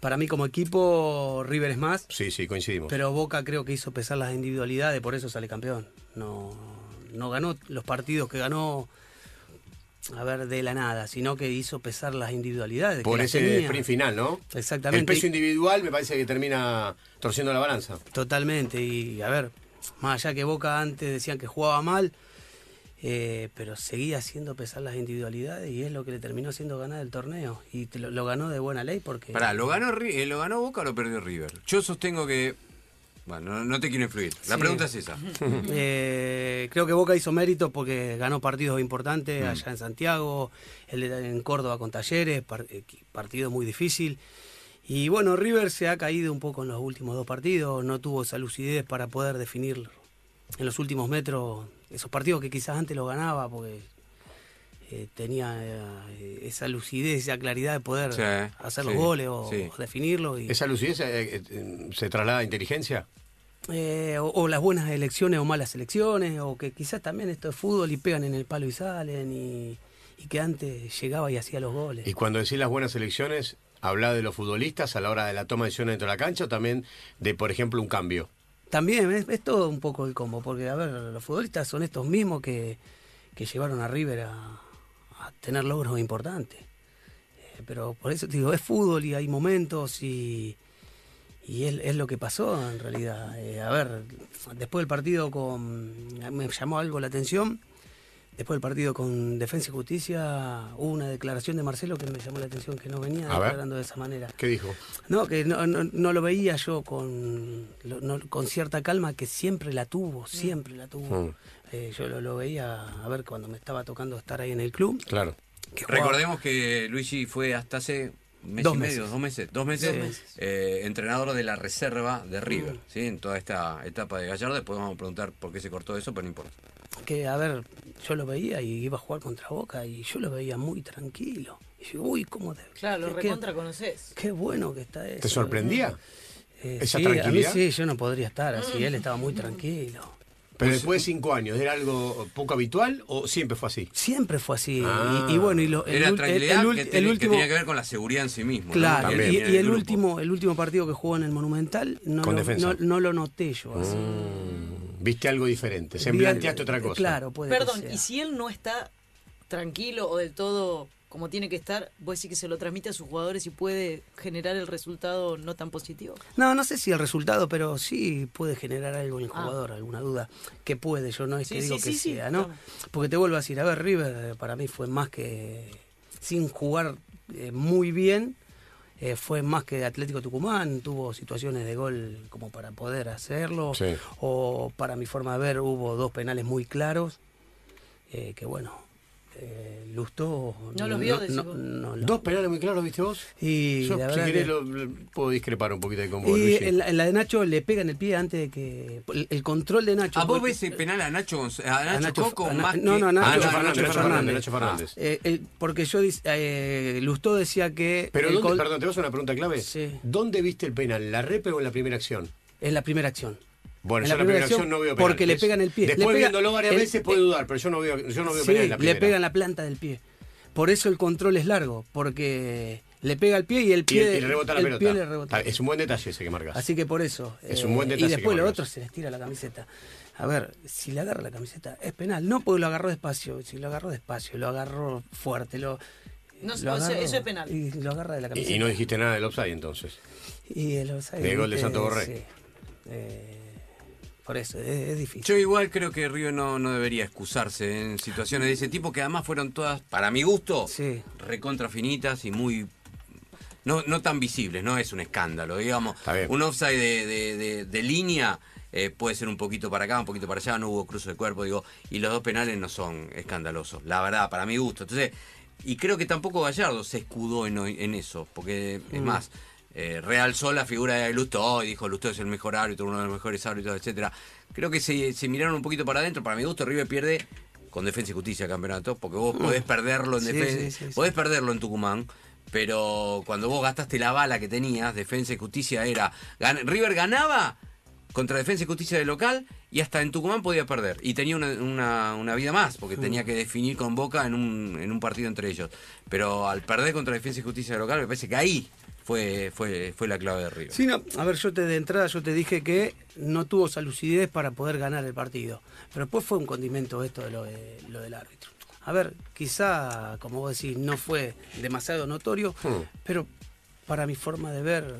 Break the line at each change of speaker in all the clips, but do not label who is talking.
Para mí como equipo River es más,
Sí, sí, coincidimos.
pero Boca creo que hizo pesar las individualidades, por eso sale campeón. No, no ganó los partidos que ganó, a ver, de la nada, sino que hizo pesar las individualidades. que
por
las
ese
tenía.
sprint final, ¿no?
Exactamente.
El peso individual me parece que termina torciendo la balanza.
Totalmente, y a ver, más allá que Boca antes decían que jugaba mal, eh, pero seguía haciendo pesar las individualidades y es lo que le terminó haciendo ganar el torneo. Y te lo, lo ganó de buena ley porque...
Pará, ¿lo ganó, Ri- eh, ¿lo ganó Boca o lo perdió River? Yo sostengo que. Bueno, no, no te quiero influir. La
Sí.
pregunta es esa.
Eh, creo que Boca hizo méritos porque ganó partidos importantes
Mm.
allá en Santiago, el de- en Córdoba con Talleres, par- eh, qui- partido muy difícil. Y bueno, River se ha caído un poco en los últimos dos partidos, no tuvo esa lucidez para poder definir en los últimos metros esos partidos que quizás antes los ganaba porque eh, tenía eh, esa lucidez, esa claridad de poder
Sí,
hacer los
sí,
goles o
sí.
definirlos. Y,
¿Esa lucidez eh, eh, eh, se traslada a inteligencia?
eh, o, o las buenas elecciones o malas elecciones, o que quizás también esto es fútbol y pegan en el palo y salen, y, y que antes llegaba y hacía los goles.
Y cuando decís las buenas elecciones, ¿habla de los futbolistas a la hora de la toma de decisiones dentro de la cancha o también de, por ejemplo, un cambio?
También es, es todo un poco el combo, porque a ver, los futbolistas son estos mismos que, que llevaron a River a, a tener logros importantes. Eh, Pero por eso te digo, es fútbol y hay momentos y, y es, es lo que pasó en realidad. Eh, a ver, después del partido con. Me llamó algo la atención. Después del partido con Defensa y Justicia, hubo una declaración de Marcelo que me llamó la atención, que no venía
A ver.
declarando de esa manera.
¿Qué dijo?
No, que no, no, no lo veía yo con, lo- no- con cierta calma que siempre la tuvo, siempre la tuvo.
Mm.
Eh, yo lo, lo veía, a ver, cuando me estaba tocando estar ahí en el club.
Claro.
que jugaba-
Recordemos que Luigi fue hasta hace un mes
Dos
y
meses.
medio, dos meses, dos meses,
Dos meses. Mm.
eh, entrenador de la reserva de River, ¿sí? En toda esta etapa de Gallardo, después vamos a preguntar por qué se cortó eso, pero no importa.
Que, a ver, yo lo veía y iba a jugar contra Boca y yo lo veía muy tranquilo. Y yo, uy, cómo te...
Claro, lo
qué,
recontra conoces.
qué bueno que está eso.
¿Te sorprendía?
Eh,
esa
sí,
tranquilidad?
A mí sí, yo no podría estar así.
Mm.
Él estaba muy tranquilo.
Pero después de cinco años, ¿era algo poco habitual o siempre fue así?
Siempre fue así.
Ah.
y, y bueno, y lo, el,
Era
ul- el,
tranquilidad
el ul-
que,
el
tenía- que
último...
tenía que ver con la seguridad en sí mismo. ¿no?
Claro,
También,
También,
y,
en
y el,
grupo.
último, el último partido que jugó en el Monumental no,
Con
lo,
defensa.
no, no lo noté yo así.
¿Viste algo diferente?
Bien,
¿Semblanteaste otra cosa?
Claro, puede que
Perdón,
sea.
y si él no está tranquilo o del todo como tiene que estar, vos decís que se lo transmite a sus jugadores y puede generar el resultado no tan positivo.
No, no sé si el resultado, pero sí puede generar algo en el
Ah.
jugador, alguna duda. Que puede, yo no es
Sí,
que
sí,
digo que
sí, sí,
sea, ¿no?
claro.
Porque te vuelvo a decir, a ver, River eh, para mí fue más que. Sin jugar eh, muy bien, eh, fue más que Atlético Tucumán, tuvo situaciones de gol como para poder hacerlo.
Sí.
O para mi forma de ver, hubo dos penales muy claros. eh, que bueno, eh, Lustó.
No los vio,
no,
decís
no-
vos.
no- no-
¿Dos penales muy claros viste vos?
Y
Yo,
la
si
verdad
querés,
que-
lo- lo- puedo discrepar un poquito ahí con vos,
y
Luigi.
en la, en la de Nacho le pega en el pie antes de que. El, el control de Nacho.
Ah,
¿A Ah, vos
porque-
ves el penal a Nacho, Gonz- a Nacho,
Nacho-
Coco
a Na-
más
no,
que-
no, a Nacho
Ah,
Fernández, Nacho Fernández.
Nacho Fernández.
Eh, el- porque yo. dis- Eh, Lustó decía que.
Pero
el
¿dónde,
gol-
perdón, te vas a una pregunta clave.
Sí.
¿Dónde viste el penal? ¿En ¿La repe o en la primera acción?
En la primera acción.
Bueno,
En
yo en la primera acción no veo penal.
Porque le
¿ves?
pegan el pie.
Después
le pega-
viéndolo varias
el-
veces puedo dudar, pero yo no veo, yo no veo
Sí,
penal en la
le
primera.
pegan la planta del pie. Por eso el control es largo, porque le pega el pie y el
y,
pie,
y le rebota la
el
pelota.
pie le rebota.
Ah, Es un buen detalle ese que marcas.
Así que por eso. eh,
Es un buen detalle
Y después
que
lo
marcas.
otro se les tira la camiseta. A ver, si le agarra la camiseta, es penal. No porque lo agarró despacio. Si lo agarró despacio, lo agarró fuerte, lo.
No,
lo
o sea, eso es penal.
Y lo agarra de la camiseta.
Y, y no dijiste nada del offside entonces.
Y el offside,
El gol de
¿viste?
Santo Borré.
Sí. Eh, por eso, es, es difícil.
Yo igual creo que Río no, no debería excusarse ¿eh? en situaciones de ese tipo, que además fueron todas, para mi gusto,
Sí.
recontra finitas y muy... No, no tan visibles, no es un escándalo, digamos.
Está bien.
Un offside de, de- de- de línea eh, puede ser un poquito para acá, un poquito para allá, no hubo cruce de cuerpo, digo, y los dos penales no son escandalosos, la verdad, para mi gusto. Entonces, y creo que tampoco Gallardo se escudó en, en eso, porque es
Mm.
más, eh, realzó la figura de Lustó y dijo Lustó es el mejor árbitro, uno de los mejores árbitros, etcétera. Creo que se, se miraron un poquito para adentro, para mi gusto River pierde con defensa y justicia campeonato, porque
Mm.
vos podés perderlo en
Sí,
defensa,
sí, sí, sí.
podés perderlo en Tucumán, pero cuando vos gastaste la bala que tenías, defensa y justicia era gan- River ganaba contra Defensa y Justicia de local y hasta en Tucumán podía perder. Y tenía una, una- una vida más, porque tenía que definir con Boca en un, en un partido entre ellos. Pero al perder contra Defensa y Justicia de local, me parece que ahí fue, fue, fue la clave de River.
Sí, no, a ver, yo te de entrada yo te dije que no tuvo esa lucidez para poder ganar el partido. Pero después fue un condimento esto de lo, de- lo del árbitro. A ver, quizá, como vos decís, no fue demasiado notorio,
Hmm.
pero para mi forma de ver,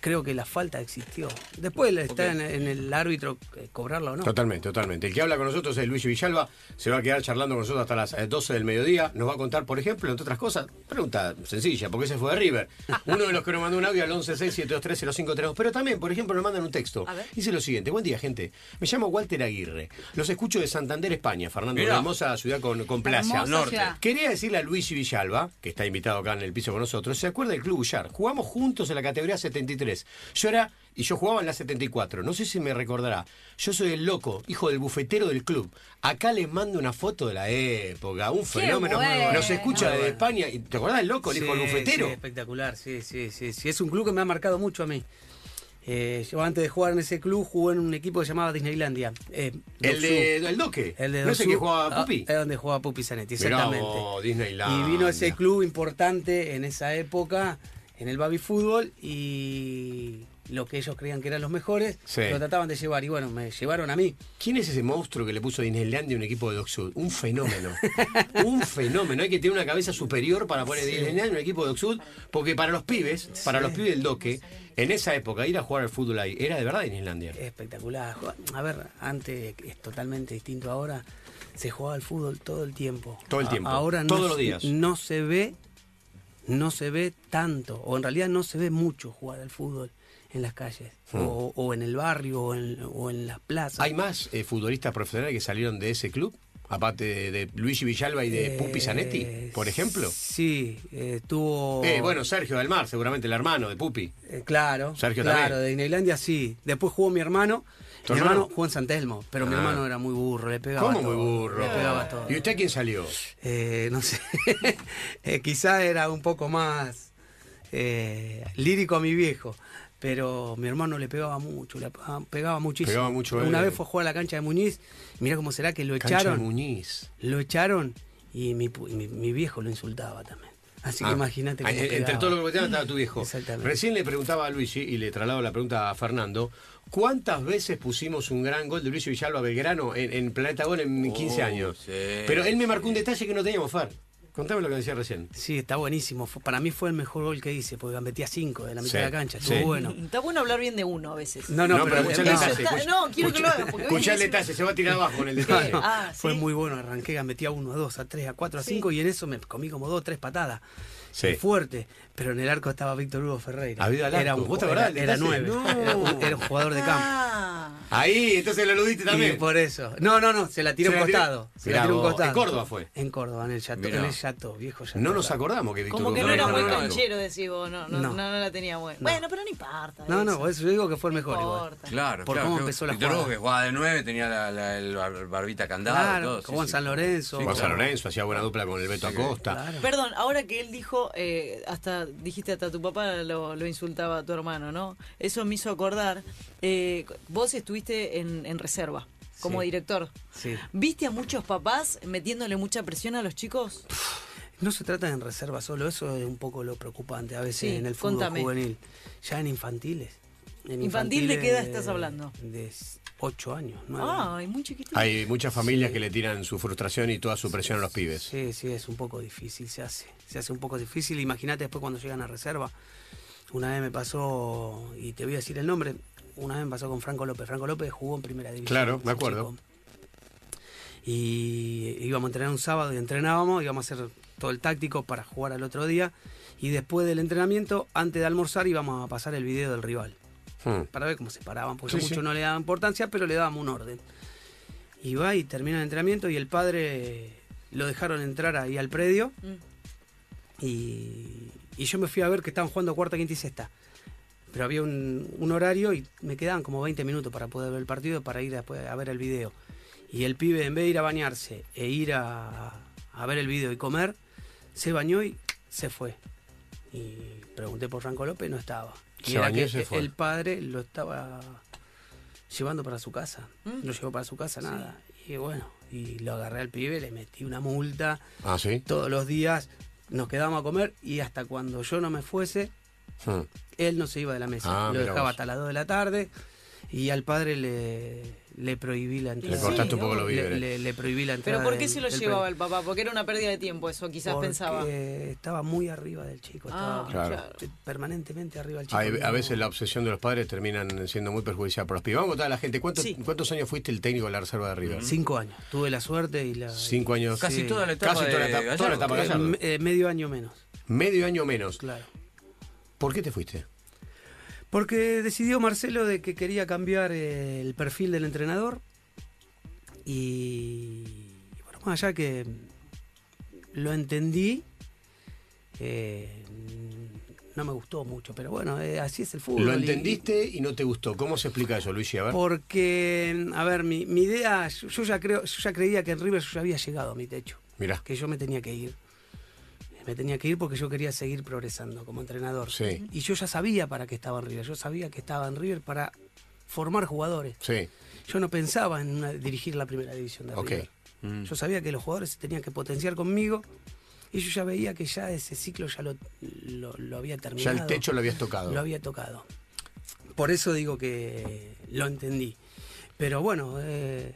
creo que la falta existió. Después está en, en el árbitro eh, cobrarla o no.
Totalmente, totalmente. El que habla con nosotros es Luigi Villalba, se va a quedar charlando con nosotros hasta las eh, 12 del mediodía, nos va a contar, por ejemplo, entre otras cosas, pregunta sencilla, porque ese fue de River, uno de los que nos mandó un audio al 1167230532, pero también, por ejemplo, nos mandan un texto.
A ver.
Dice lo siguiente, buen día, gente, me llamo Walter Aguirre, los escucho de Santander, España, Fernando,
Mirá.
una hermosa ciudad con, con playa.
Hermosa
norte.
ciudad.
Quería decirle a Luigi Villalba, que está invitado acá en el piso con nosotros, ¿se acuerda del Club Ullar? Jugamos juntos en la categoría 73. Yo era, y yo jugaba en la 74. No sé si me recordará. Yo soy el loco, hijo del bufetero del club. Acá les mando una foto de la época, un fenómeno.
bueno.
Nos escucha
Muy
desde
bueno.
España. ¿Y ¿Te acordás del loco, el hijo del
Sí,
bufetero?
sí, espectacular, sí, sí, sí, sí. Es un club que me ha marcado mucho a mí. Eh, yo antes de jugar en ese club jugué en un equipo que se llamaba Disneylandia. Eh,
el,
Dock
de, el Doque.
El de
no
Don
sé
Sur.
qué jugaba
Ah,
Pupi.
Es donde jugaba Pupi Zanetti,
Mirá
exactamente.
vos, Disneylandia.
Y vino ese club importante en esa época, en el baby fútbol, y lo que ellos creían que eran los mejores,
Sí.
lo trataban de llevar. Y bueno, me llevaron a mí.
¿Quién es ese monstruo que le puso Disneylandia a un equipo de Doc Sud? Un fenómeno. un fenómeno. Hay que tener una cabeza superior para poner Disneylandia en un equipo de Doc Sud, porque para los pibes, para los pibes del doque, en esa época ir a jugar al fútbol ahí era de verdad Disneylandia.
Espectacular. Ju- A ver, antes es totalmente distinto ahora. Se jugaba al fútbol todo el tiempo.
Todo el
A-
tiempo,
Ahora
todos
no,
los
se-
días.
no se ve, no se ve tanto, o en realidad no se ve mucho jugar al fútbol en las calles, o, o en el barrio, o en, o en las plazas.
Hmm. ¿Hay más eh, futbolistas profesionales que salieron de ese club? Aparte de, de Luigi Villalba y de
Eh,
Pupi Zanetti, por ejemplo.
Sí, eh, tuvo.
Eh, bueno, Sergio del Mar, seguramente el hermano de Pupi.
Eh, claro,
Sergio
claro,
también.
de Disneylandia sí. Después jugó mi hermano.
¿Tu
Mi
hermano?
hermano jugó en San Telmo, pero mi
Ah.
hermano era muy burro, le pegaba
¿Cómo
todo,
muy burro?
Le pegaba todo.
¿Y usted quién salió?
Eh, no sé, Eh, quizá era un poco más eh, lírico a mi viejo, pero mi hermano le pegaba mucho, le pegaba- pegaba muchísimo.
Pegaba mucho
Una
él.
vez fue a jugar a la cancha de Muñiz, mira cómo será que lo
Cancha
echaron
Muñiz.
lo echaron y mi, pu- y mi- mi viejo lo insultaba también. Así
Ah.
que imagínate
Ah,
cómo
en- Entre
quedaba.
todos los que boteaban estaba tu viejo.
Exactamente.
Recién le preguntaba a Luigi y le traslado la pregunta a Fernando. ¿Cuántas veces pusimos un gran gol de Luis Villalba a Belgrano en, en Planeta Gol en 15
Oh,
años?
sí,
Pero él me marcó un detalle que no teníamos, Fer. Contame lo que decía recién.
Sí, está buenísimo. Fue- para mí fue el mejor gol que hice, porque metía cinco de la mitad
Sí,
de la cancha. Estuvo
sí.
bueno.
Está bueno hablar bien de uno a veces.
No, no,
No, pero
pero,
escuchá el
no,
Eso
detalle,
está-
escucha-
no, quiero que lo haga. porque hoy
Escuchá el
es una-
detalle, se va a tirar abajo con el detalle.
no,
Ah,
fue
¿sí?
muy bueno, arranqué, metía uno, a dos, a tres, a cuatro, a
Sí.
cinco y en eso me comí como dos, tres patadas.
Sí.
Y Fuerte, pero en el arco estaba Víctor Hugo Ferreira.
Había al
Era
arco.
un
¿Vos te
ju-
acordás
era,
del
era
detalle?
nueve, era, un, era un jugador de campo.
Ah,
Ahí, entonces lo eludiste
Y
también.
por eso. No, no, no, se la tiró
Se
un
la tiró-
costado. Se
Mirá
la tiró un
vos,
costado.
en Córdoba fue.
En Córdoba, en el Yato,
Mirá.
en el Yato, viejo Yato.
No nos acordamos que Víctor
como que
Hugo
no era
Ferreira
muy
en el arco.
canchero, decís vos. No, no,
No.
no, no la tenía buena. Bueno, pero no importa.
No, no,
eso.
por eso yo digo que fue el mejor. igual.
importa.
Claro,
Por
claro,
cómo
creo-
empezó la
Víctor Hugo,
jugada.
que jugaba de 9, tenía la, la- el bar- barbita candada.
Claro,
todo, sí,
jugó en
sí.
San Lorenzo.
Juan San
claro.
Lorenzo hacía buena dupla con el Beto Acosta.
Claro.
Perdón, ahora que él dijo, eh, hasta dijiste hasta tu papá lo, lo insultaba a tu hermano, ¿no? Eso me hizo acordar. eh, vos estuviste en, en reserva como
Sí.
director.
Sí.
¿Viste a muchos papás metiéndole mucha presión a los chicos?
No se trata en reserva solo, eso es un poco lo preocupante a veces
Sí,
en el fútbol
contame.
juvenil. Ya en infantiles. En
¿Infantil de qué edad estás hablando? Ah,
De 8 años, 9
Ay, muy chiquitito.
Hay muchas familias que le tiran su frustración y toda su presión a los pibes.
Sí, sí, es un poco difícil, se hace. Se hace un poco difícil. Imagínate después cuando llegan a reserva. Una vez me pasó, y te voy a decir el nombre, una vez me pasó con Franco López. Franco López jugó en primera división.
Claro,
ese
me acuerdo.
chico. Y íbamos a entrenar un sábado y entrenábamos, íbamos a hacer todo el táctico para jugar al otro día. Y después del entrenamiento, antes de almorzar, íbamos a pasar el video del rival
Hmm.
para ver cómo se paraban, porque
Sí,
mucho
sí.
no le daban importancia, pero le daban un orden. Y va y termina el entrenamiento y el padre lo dejaron entrar ahí al predio
Mm.
y, y yo me fui a ver que estaban jugando cuarta, quinta y sexta. Pero había un, un horario y me quedaban como 20 minutos para poder ver el partido, para ir después a ver el video. Y el pibe, en vez de ir a bañarse e ir a, a ver el video y comer, se bañó y se fue. Y pregunté por Franco López, no estaba. Y
Se
era
bañó y
que
se fue.
el padre lo estaba llevando para su casa. No llegó para su casa, nada. Y bueno, y lo agarré al pibe, le metí una multa
Ah, sí.
todos los días nos quedábamos a comer y hasta cuando yo no me fuese,
Hmm.
Él no se iba de la mesa,
Ah,
lo
mirá
dejaba
vos.
hasta las 2 de la tarde y al padre le, le prohibí la entrada.
Le cortaste un poco los
le,
víveres.
le- le prohibí la entrada.
Pero ¿por qué
del-
se lo
del
llevaba
premio.
el papá? Porque era una pérdida de tiempo eso, quizás
Porque
pensaba.
Estaba muy arriba del chico,
Ah,
estaba
Claro.
claro.
permanentemente arriba del chico.
Hay- a
No.
veces la obsesión de los padres terminan siendo muy perjudicial para los pibes. Vamos a contar a la gente. ¿Cuántos,
Sí.
¿Cuántos años fuiste el técnico de la reserva de River?
Cinco años. Tuve la suerte y la.
Cinco años.
Sí.
Casi toda la etapa
Casi toda la
de
etapa- toda la etapa
Eh,
de
Gallardo.
Gallardo.
me- eh, medio año menos,
Medio año menos.
claro.
¿Por qué te fuiste?
Porque decidió Marcelo de que quería cambiar eh, el perfil del entrenador. Y, y bueno, más allá que lo entendí, eh, no me gustó mucho, pero bueno, eh, así es el fútbol.
Lo
y-
entendiste y no te gustó. ¿Cómo se explica eso, Luigi? A ver.
Porque, a ver, mi, mi idea, yo, yo ya creo, yo ya creía que en River yo ya había llegado a mi techo,
Mirá.
que yo me tenía que ir. Me tenía que ir porque yo quería seguir progresando como entrenador.
Sí.
Y yo ya sabía para qué estaba en River. Yo sabía que estaba en River para formar jugadores.
Sí.
Yo no pensaba en una- dirigir la primera división de
Ok.
River.
Mm.
Yo sabía que los jugadores se tenían que potenciar conmigo y yo ya veía que ya ese ciclo ya lo, lo- lo había
Ya
terminado.
el techo lo habías tocado.
Lo había tocado. Por eso digo que lo entendí. Pero bueno, eh,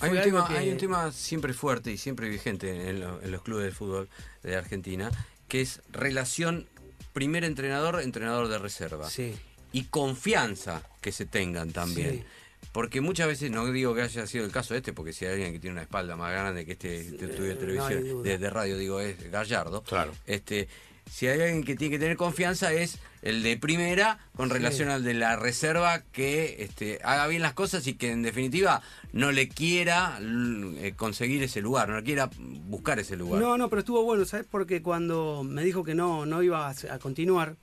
Hay
fue
un,
algo
tema,
que-
hay un tema siempre fuerte y siempre vigente en, lo- en los clubes de fútbol de Argentina, que es relación primer entrenador, entrenador de reserva.
Sí,
Y confianza que se tengan también.
Sí.
Porque muchas veces, no digo que haya sido el caso de este, porque si hay alguien que tiene una espalda más grande que este, este estudio de
eh, no
televisión,
hay duda.
de, de radio, digo, es Gallardo.
Claro.
Este, si hay alguien que tiene que tener confianza es el de primera con
Sí.
relación al de la reserva que este, haga bien las cosas y que en definitiva no le quiera l- eh, conseguir ese lugar, no le quiera buscar ese lugar.
No, no, pero estuvo bueno, ¿sabes? Porque cuando me dijo que no, no iba a, a continuar,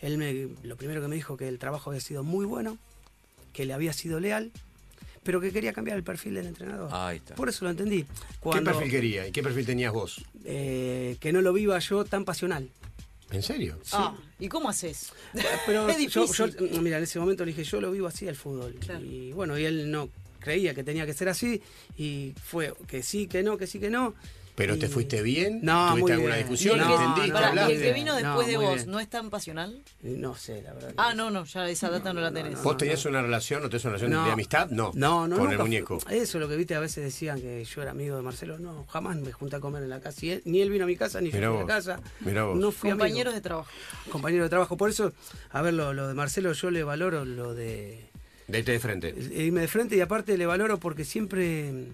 él me, lo primero que me dijo que el trabajo había sido muy bueno, que le había sido leal, pero que quería cambiar el perfil del entrenador.
Ahí está.
Por eso lo entendí.
¿Qué
Cuando,
perfil quería y qué perfil tenías vos?
eh, que no lo viva yo tan pasional.
¿En serio?
Ah, ¿y cómo haces?
Pero
Es
yo,
difícil.
yo- mira, en ese momento le dije, yo lo vivo así al fútbol.
Claro.
Y bueno, y él no creía que tenía que ser así, y fue que sí, que no, que sí, que no.
Pero
Y-
te fuiste bien,
No, muy
tuviste alguna
bien.
discusión,
¿Y
No,
el que-
entendiste,
no,
pará, ¿y el
hablaste.
que vino
No,
después de
muy
vos
bien.
no es tan pasional?
No sé, la verdad. que
Ah,
no
no, no, ya esa data no, la tenés.
no,
¿Vos tenías una relación, no tenés una relación
No.
de amistad? No.
No, no,
Con el
nunca
muñeco.
fui- Eso lo que viste a veces decían que yo era amigo de Marcelo. No, jamás me junté a comer en la casa. Y él- ni él vino a mi casa, ni
Mirá
yo fui
vos,
a la casa.
mirá vos.
No fui
Compañeros
compañero
de trabajo.
de... compañero de trabajo. Por eso, a ver, lo, lo de Marcelo yo le valoro lo de
De irte de frente.
de irme de frente y aparte le valoro porque siempre mm,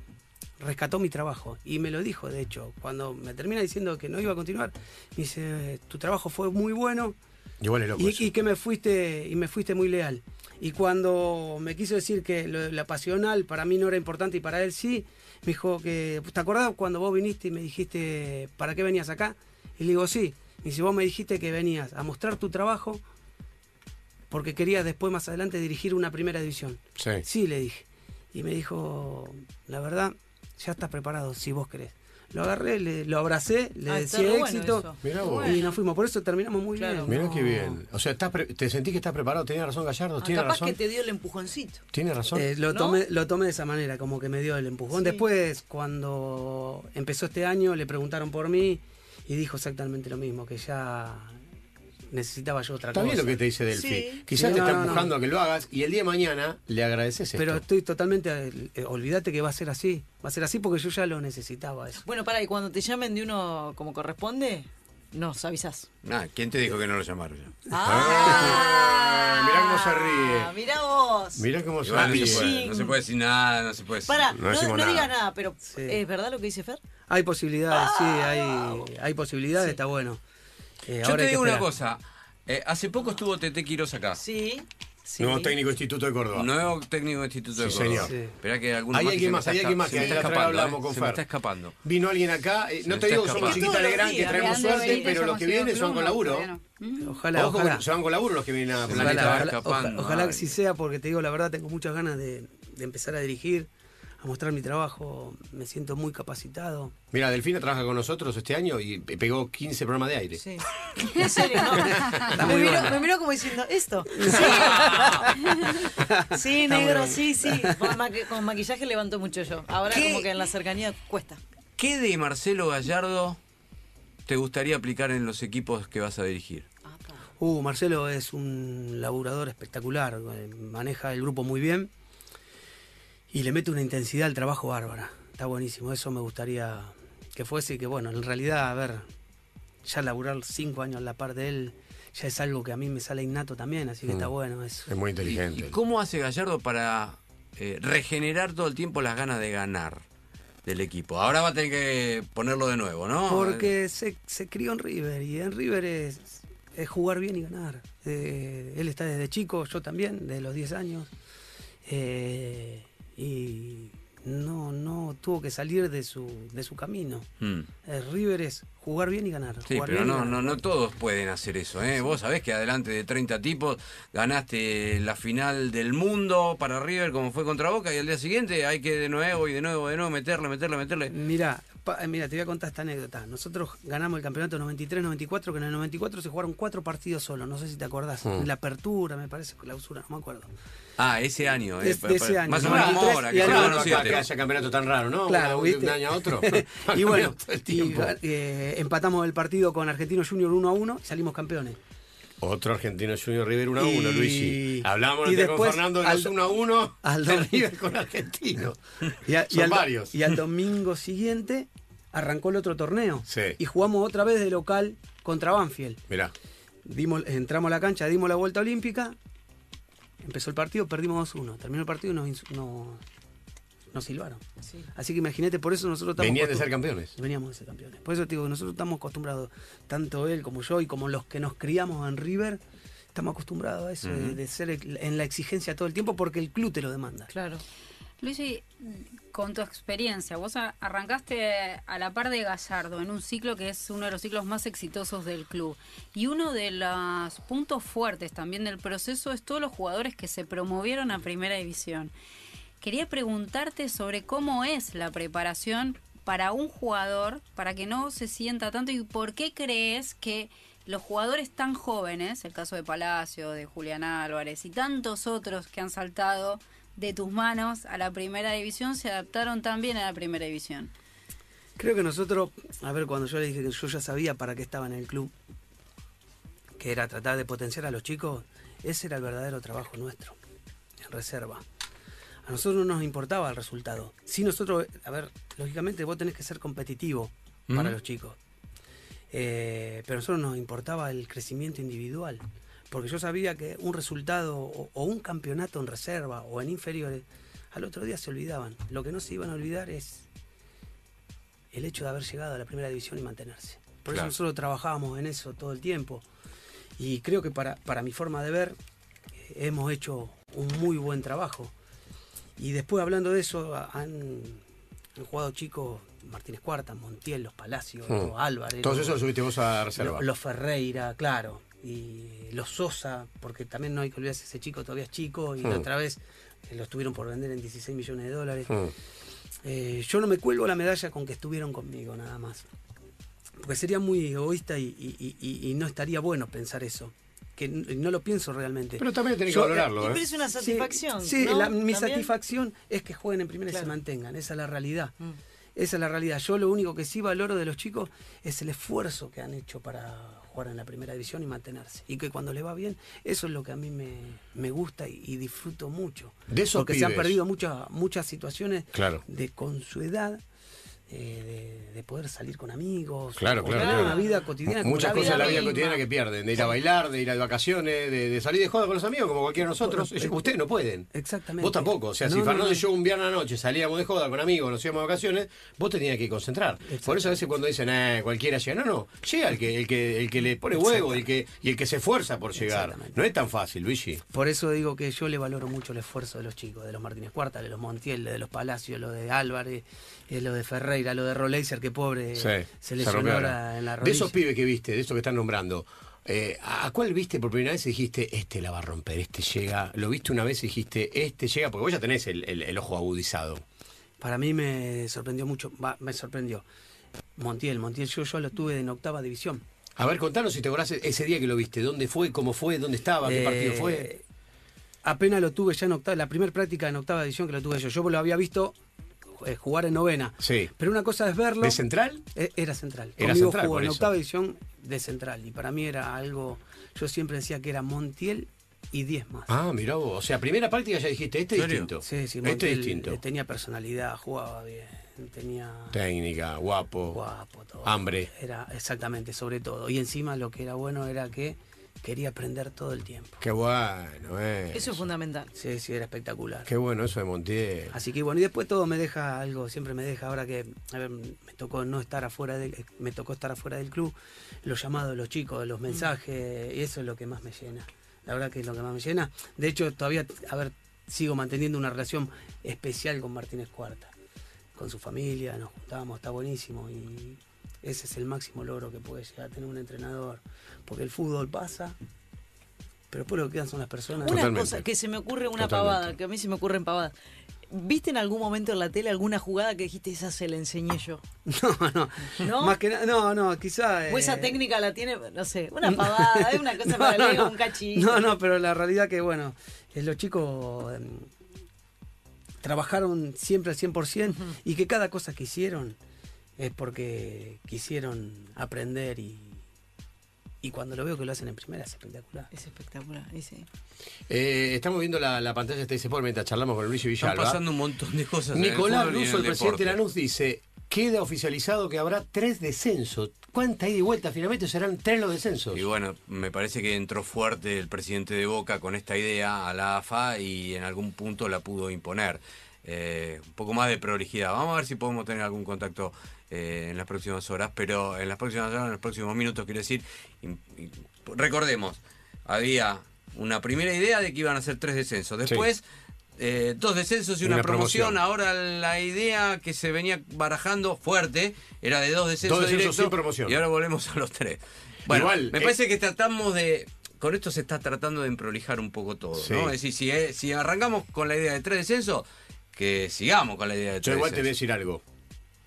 rescató mi trabajo. Y me lo dijo, de hecho, cuando me termina diciendo que no iba a continuar, me dice, "Eh, tu trabajo fue muy bueno,
Igual es loco.
y,
eso.
y que me fuiste y me fuiste muy leal. Y cuando me quiso decir que lo- la pasional para mí no era importante y para él sí, me dijo que, ¿te acordás cuando vos viniste y me dijiste, ¿para qué venías acá? Y le digo, sí. Y si vos me dijiste que venías a mostrar tu trabajo porque querías después más adelante dirigir una primera división.
Sí.
Sí, le dije. Y me dijo, la verdad, ya estás preparado si vos querés. Lo agarré, le- lo abracé, le
Ah,
decía
está re bueno
éxito
eso.
Mirá vos.
y nos fuimos. Por eso terminamos muy
Claro.
bien.
Mirá
No.
qué bien. O sea, estás pre- te sentís que estás preparado. Tiene razón Gallardo,
Ah,
tiene
capaz
razón.
que te dio el empujoncito.
Tiene razón.
Eh, lo,
¿No?
tomé, lo tomé de esa manera, como que me dio el empujón.
Sí.
Después, cuando empezó este año, le preguntaron por mí y dijo exactamente lo mismo, que ya necesitaba yo otra
Está
cosa.
bien lo que te dice Delphi.
Sí.
Quizás
Sí,
te
no,
está
no, no.
empujando a que lo hagas y el día de mañana le agradeces
Pero
esto.
estoy totalmente... eh, olvídate que va a ser así. Va a ser así porque yo ya lo necesitaba eso.
Bueno, para, y cuando te llamen de uno como corresponde, nos avisás.
Ah, ¿Quién te dijo que no lo llamaron ya?
Ah, mirá cómo se ríe.
Mirá vos.
Mirá cómo se
Igual no, se
ríe.
puede, no se puede decir nada, no se puede decir.
Pará,
No
no,
decimos
no
nada.
digas nada, pero
Sí.
¿es verdad lo que dice Fer?
Hay posibilidades, sí, hay, hay posibilidades, está bueno. Eh,
Yo
ahora
te
hay que
digo una
esperar.
cosa. eh, hace poco estuvo Tete Quiroz acá.
Sí. sí.
Nuevo técnico de Instituto de Córdoba.
Nuevo técnico del Instituto de
Sí,
Córdoba.
señor. Sí.
Esperá que alguno
Hay
que
alguien
se me
más,
está
hay
esca-
alguien más
se
que
me
hasta
está
atrás
escapando,
hablamos
eh,
con
Se me
Fer.
está escapando.
Vino alguien acá. eh,
Se
no
me
te
está
digo que somos
escapando.
chiquita
Todos los
Legrand, que
días,
traemos
Leandro
suerte,
Benítez,
pero los que vienen son con laburo.
Ojalá,
Ojo,
ojalá.
Se van con laburo los que vienen a
Se
Planeta.
me está
Ojalá, ojalá,
escapando,
oja- ojalá que
ay.
sí sea, porque te digo la verdad, tengo muchas ganas de, de empezar a dirigir, a mostrar mi trabajo. Me siento muy capacitado.
Mira, Delfina trabaja con nosotros este año y pe- pegó 15 programas de aire.
Sí. En serio, no. me,
muy
miró,
buena.
me miró como diciendo, ¿esto? Sí, sí
Está muy
negro,
buena.
sí, sí. Con, maqui- con maquillaje levanto mucho yo. Ahora
¿Qué?
como que en la cercanía cuesta.
¿Qué de Marcelo Gallardo te gustaría aplicar en los equipos que vas a dirigir?
Uh, Marcelo es un laburador espectacular, eh, maneja el grupo muy bien y le mete una intensidad al trabajo bárbara. Está buenísimo, eso me gustaría que fuese y que bueno, en realidad, a ver, ya laburar cinco años a la par de él ya es algo que a mí me sale innato también, así que
Mm.
está bueno eso.
Es muy
¿Y,
inteligente.
y cómo hace Gallardo para eh, regenerar todo el tiempo las ganas de ganar del equipo? Ahora va a tener que ponerlo de nuevo, ¿no?
Porque se, se crió en River y en River es, es jugar bien y ganar. Eh, él está desde chico, yo también, desde los 10 años. Eh, y no, no tuvo que salir de su, de su camino.
Mm.
Eh, River es jugar bien y ganar.
Sí,
jugar
pero
bien y
no,
ganar.
no, no todos pueden hacer eso. ¿eh? Vos sabés que adelante de 30 tipos ganaste la final del mundo para River como fue contra Boca y al día siguiente hay que de nuevo y de nuevo, de nuevo meterle, meterle, meterle.
Mira, mira, eh, te voy a contar esta anécdota. Nosotros ganamos el campeonato 93-94, que en el 94 se jugaron cuatro partidos solo. No sé si te acordás.
Mm.
La apertura, me parece, clausura, no me acuerdo.
Ah, ese año. eh,
Es- de ese año,
Más o
¿no?
menos como
93
ahora,
y
que
al
se
otro
ganaron
Capaz
siete.
que haya campeonato tan raro, ¿no?
Claro,
Una-
¿viste?
De un año a otro.
y bueno,
Todo el
y
tiempo.
ga- eh, empatamos el partido con Argentino Junior 1 a 1 y salimos campeones.
Otro argentino Junior River 1 a 1,
Y-
Luigi. Hablamos
y
antes
después
con Fernando de
al-
los 1 a 1
al
de
do-
River con argentino.
Y, a- y
Son
al, do-
varios.
y al domingo siguiente arrancó el otro torneo.
Sí.
Y jugamos otra vez de local contra Banfield.
Mirá,
Dimos, entramos a la cancha, dimos la vuelta olímpica. Empezó el partido, perdimos 2-1. Terminó el partido y nos, ins- no- nos silbaron.
Sí.
Así que imagínate, por eso nosotros estamos.
venían de ser
acostum-
campeones.
Veníamos de ser campeones. Por eso te digo, nosotros estamos acostumbrados, tanto él como yo y como los que nos criamos en River, estamos acostumbrados a eso, de- de, ser ex- en la exigencia todo el tiempo porque el club te lo demanda.
Claro.
Luigi, con tu experiencia, vos a- arrancaste a la par de Gallardo en un ciclo que es uno de los ciclos más exitosos del club. Y uno de los puntos fuertes también del proceso es todos los jugadores que se promovieron a Primera División. Quería preguntarte sobre cómo es la preparación para un jugador, para que no se sienta tanto y por qué crees que los jugadores tan jóvenes, el caso de Palacio, de Julián Álvarez y tantos otros que han saltado de tus manos a la primera división, se adaptaron tan bien a la primera división.
Creo que nosotros, a ver, cuando yo le dije que yo ya sabía para qué estaba en el club, que era tratar de potenciar a los chicos, ese era el verdadero trabajo nuestro, en reserva. A nosotros no nos importaba el resultado. Si nosotros, a ver, lógicamente vos tenés que ser competitivo para
Ujú.
los chicos. Eh, pero a nosotros nos importaba el crecimiento individual. Porque yo sabía que un resultado o, o un campeonato en reserva o en inferiores, al otro día se olvidaban. Lo que no se iban a olvidar es el hecho de haber llegado a la primera división y mantenerse. Por
Claro.
eso nosotros trabajábamos en eso todo el tiempo. Y creo que para, para mi forma de ver, eh, hemos hecho un muy buen trabajo. Y después hablando de eso, a- han, han jugado chicos Martínez Cuarta, Montiel, Los Palacios,
Mm.
los Álvarez.
Todos
los-
esos los subiste vos a reserva.
los, los Ferreira, claro. Y los Sosa, porque también no hay que olvidarse, ese chico todavía es chico y la
Mm.
otra vez eh, los tuvieron por vender en 16 millones de dólares.
Mm.
Eh, yo no me cuelgo la medalla con que estuvieron conmigo, nada más. Porque sería muy egoísta y, y- y- y no estaría bueno pensar eso. Que n- no lo pienso realmente.
Pero también tenés que
Yo-
valorarlo,
Siempre
¿eh?
es una satisfacción.
Sí, sí,
¿no?
la- mi
También.
satisfacción es que jueguen en primera y
Claro.
se mantengan. Esa es la realidad.
Mm.
Esa es la realidad. Yo lo único que sí valoro de los chicos es el esfuerzo que han hecho para jugar en la primera división y mantenerse. Y que cuando les va bien, eso es lo que a mí me, me gusta y, y disfruto mucho.
De esos
Porque se han
pibes.
perdido muchas, muchas situaciones
Claro.
de con su edad. eh, de, de poder salir con amigos,
Claro,
o
claro,
tener
claro.
una vida cotidiana. como
Muchas
la
cosas de la vida
misma.
cotidiana que pierden, de ir a bailar, de ir a vacaciones, de, de salir de joda con los amigos como cualquiera de nosotros.
Bueno,
Ellos-
eh,
Ustedes no pueden.
Exactamente.
Vos tampoco. O sea, si
No, no,
Fernando
no.
y yo un viernes a la noche salíamos de joda con amigos, nos íbamos de vacaciones, vos tenías que concentrar. Por eso a veces cuando dicen, eh, cualquiera llega. No, no. Llega el que, el que, el que le pone huevo el que, y el que se esfuerza por llegar.
Exactamente.
No es tan fácil, Luigi.
Por eso digo que yo le valoro mucho el esfuerzo de los chicos, de los Martínez Cuarta, de los Montiel, de los Palacios, lo de Álvarez, eh, lo de Ferreira, lo de Roleiser, que pobre se lesionó
rompió
ahora en la rodilla.
De esos pibes que viste, de esos que están nombrando, eh, ¿a cuál viste por primera vez y dijiste, este la va a romper, este llega? ¿Lo viste una vez y dijiste, este llega? Porque vos ya tenés el, el- el ojo agudizado.
Para mí me sorprendió mucho, va, me sorprendió. Montiel, Montiel, yo, yo lo tuve en octava división.
A ver, contanos si te acordás ese día que lo viste, dónde fue, cómo fue, dónde estaba, Ah, qué
Eh,
partido fue.
Apenas lo tuve ya en octava, la primera práctica en octava división que lo tuve yo. Yo lo había visto eh, jugar en novena.
Sí.
Pero una cosa es verlo.
¿De central?
Eh, Era central.
Era
Conmigo
central,
jugó
por
en
eso.
octava edición de central. Y para mí era algo Yo siempre decía que era Montiel y 10 más.
Ah, mirá vos. O sea, primera práctica ya dijiste, este es
¿Serio?
distinto.
Sí, sí,
este es
Montiel,
distinto.
eh, tenía personalidad, jugaba bien, tenía
Técnica, guapo.
guapo, todo.
Hambre.
Era exactamente, sobre todo. Y encima lo que era bueno era que quería aprender todo el tiempo.
Qué bueno, eh.
Eso es fundamental.
Sí, sí, era espectacular.
Qué bueno eso de Montiel.
Así que bueno, y después todo me deja algo, siempre me deja ahora que, a ver, me tocó no estar afuera del, eh, me tocó estar afuera del club, los llamados de los chicos, los mensajes, y eso es lo que más me llena. La verdad que es lo que más me llena. De hecho, todavía, a ver, sigo manteniendo una relación especial con Martínez Cuarta, con su familia, nos juntábamos, está buenísimo y ese es el máximo logro que puede llegar a tener un entrenador, porque el fútbol pasa, pero después lo que quedan son las personas.
Una
Totalmente.
cosa que se me ocurre, una
Totalmente.
pavada, que a mí se me ocurren pavadas. ¿Viste en algún momento en la tele alguna jugada que dijiste, esa se la enseñé yo?
No, no,
¿No?
Más que nada, no, no, quizá.
O esa
eh,
técnica la tiene, no sé, una pavada, es una cosa para Leo, un cachito.
No, no, pero la realidad que, bueno, eh, los chicos em, trabajaron siempre al 100% y que cada cosa que hicieron es porque quisieron aprender y, y cuando lo veo que lo hacen en primera es espectacular.
Es espectacular, y sí.
Eh, estamos viendo la, la pantalla de este Sport mientras charlamos con Luis
Están
Villalba.
pasando un montón de cosas. en el
Nicolás
fútbol y en
Russo, el, presidente
deporte.
de Lanús, dice: queda oficializado que habrá tres descensos. ¿Cuánta ida y vuelta? Finalmente serán tres los descensos.
Y bueno, me parece que entró fuerte el presidente de Boca con esta idea a la AFA y en algún punto la pudo imponer. Eh, un poco más de prolijidad. Vamos a ver si podemos tener algún contacto eh, en las próximas horas, pero en las próximas horas, en los próximos minutos, quiero decir, y- y recordemos, había una primera idea de que iban a ser tres descensos. Después, eh, dos descensos y una,
Una
promoción.
promoción.
Ahora la idea que se venía barajando fuerte era de dos descensos,
Dos descensos
directos
sin promoción.
Y ahora volvemos a los tres. Bueno,
Igual,
me
eh.
parece que tratamos de. Con esto se está tratando de emprolijar un poco todo,
Sí.
¿no? Es decir, si, eh, si arrancamos con la idea de tres descensos, que sigamos con la idea de
Yo
tres
igual te voy a
descensos.
decir algo.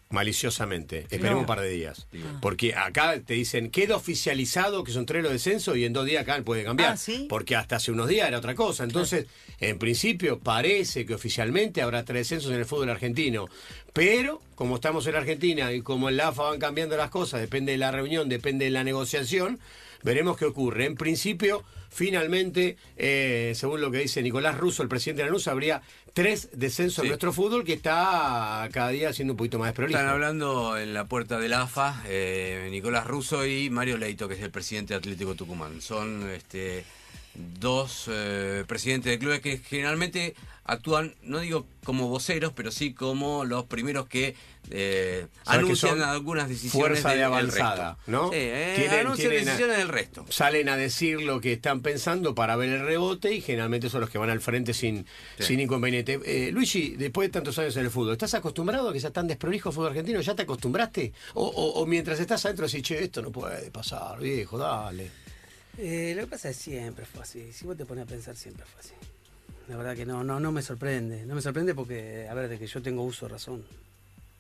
Maliciosamente. Esperemos un par de días.
Sí.
Porque acá te dicen, queda oficializado que son tres los descensos y en dos días acá puede cambiar.
Ah, ¿sí?
Porque hasta hace unos días era otra cosa. Entonces, en principio parece que oficialmente habrá tres descensos en el fútbol argentino. Pero, como estamos en Argentina y como en la AFA van cambiando las cosas, depende de la reunión, depende de la negociación, veremos qué ocurre. En principio, finalmente, eh, según lo que dice Nicolás Russo, el presidente de la NUS, habría tres descensos
Sí.
en nuestro fútbol que está cada día siendo un poquito más desprolijo.
Están hablando en la puerta del AFA, eh, Nicolás Russo y Mario Leito, que es el presidente de Atlético Tucumán. Son este, dos eh, presidentes de clubes que generalmente actúan, no digo como voceros, pero sí como los primeros que eh,
¿Sabes qué
anuncian
son?
algunas decisiones
Fuerza de
del- del
avanzada,
resto.
¿no?
Sí, eh,
Tienen-
anuncian
tienen a-
decisiones del resto.
salen a decir lo que están pensando para ver el rebote y generalmente son los que van al frente sin,
Sí.
sin inconveniente. Eh, Luigi, después de tantos años en el fútbol, ¿estás acostumbrado a que sea tan desprolijo el fútbol argentino? ¿Ya te acostumbraste? O, o- o mientras estás adentro decís, che, esto no puede pasar, viejo, dale.
Eh, lo que pasa es que siempre fue así. Si vos te pones a pensar, siempre fue así. La verdad que no, no, no me sorprende. No me sorprende porque, a ver, de que yo tengo uso de razón.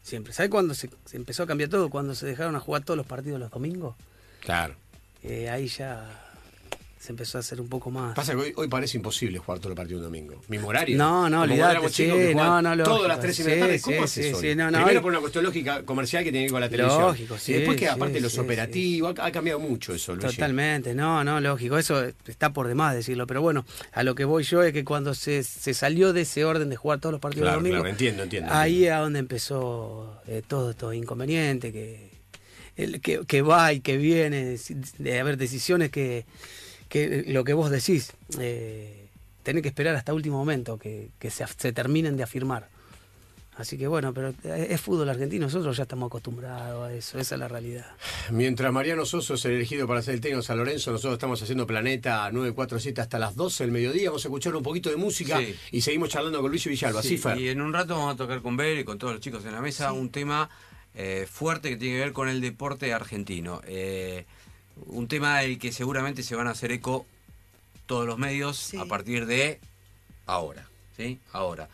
Siempre. ¿Sabes cuándo se, se empezó a cambiar todo? Cuando se dejaron a jugar todos los partidos los domingos.
Claro.
Eh, ahí ya se empezó a hacer un poco más.
Pasa que hoy, hoy parece imposible jugar todo el partido un domingo. Mismo horario.
No, no,
Como cuando
olvidate,
éramos chicos
sí,
que jugaban
no, no,
Todas
lógico,
las 3 y media de
sí,
la tarde, ¿cómo
sí,
haces
sí,
hoy?
sí, no, no,
Primero
hoy-
por una cuestión lógica comercial que tiene que ver con la televisión.
Lógico, sí,
Y después que
sí,
aparte los
sí,
operativos, ha ha cambiado mucho eso, Luigi.
Totalmente, no, no, lógico, eso está por demás decirlo, pero bueno, a lo que voy yo es que cuando se, se salió de ese orden de jugar todos los partidos
Claro,
los domingos,
claro, entiendo, entiendo,
ahí
entiendo.
es donde empezó eh, todo esto inconveniente, que, el, que, que va y que viene, si- de haber decisiones que, que lo que vos decís, eh, tener que esperar hasta último momento que, que se, af- se terminen de afirmar. Así que bueno, pero eh, es, es fútbol argentino, nosotros ya estamos acostumbrados a eso, esa es la realidad.
Mientras Mariano Soso es el elegido para ser el técnico de San Lorenzo, nosotros estamos haciendo Planeta 947 hasta las 12 del mediodía. Vamos a escuchar un poquito de música
Sí.
y seguimos charlando con Luis Villalba. Sí,
Sí,
Fer.
y en un rato vamos a tocar con Bel y con todos los chicos en la mesa un tema eh, fuerte que tiene que ver con el deporte argentino. Eh, un tema del que seguramente se van a hacer eco todos los medios
Sí.
a partir de ahora. ¿Sí? Ahora.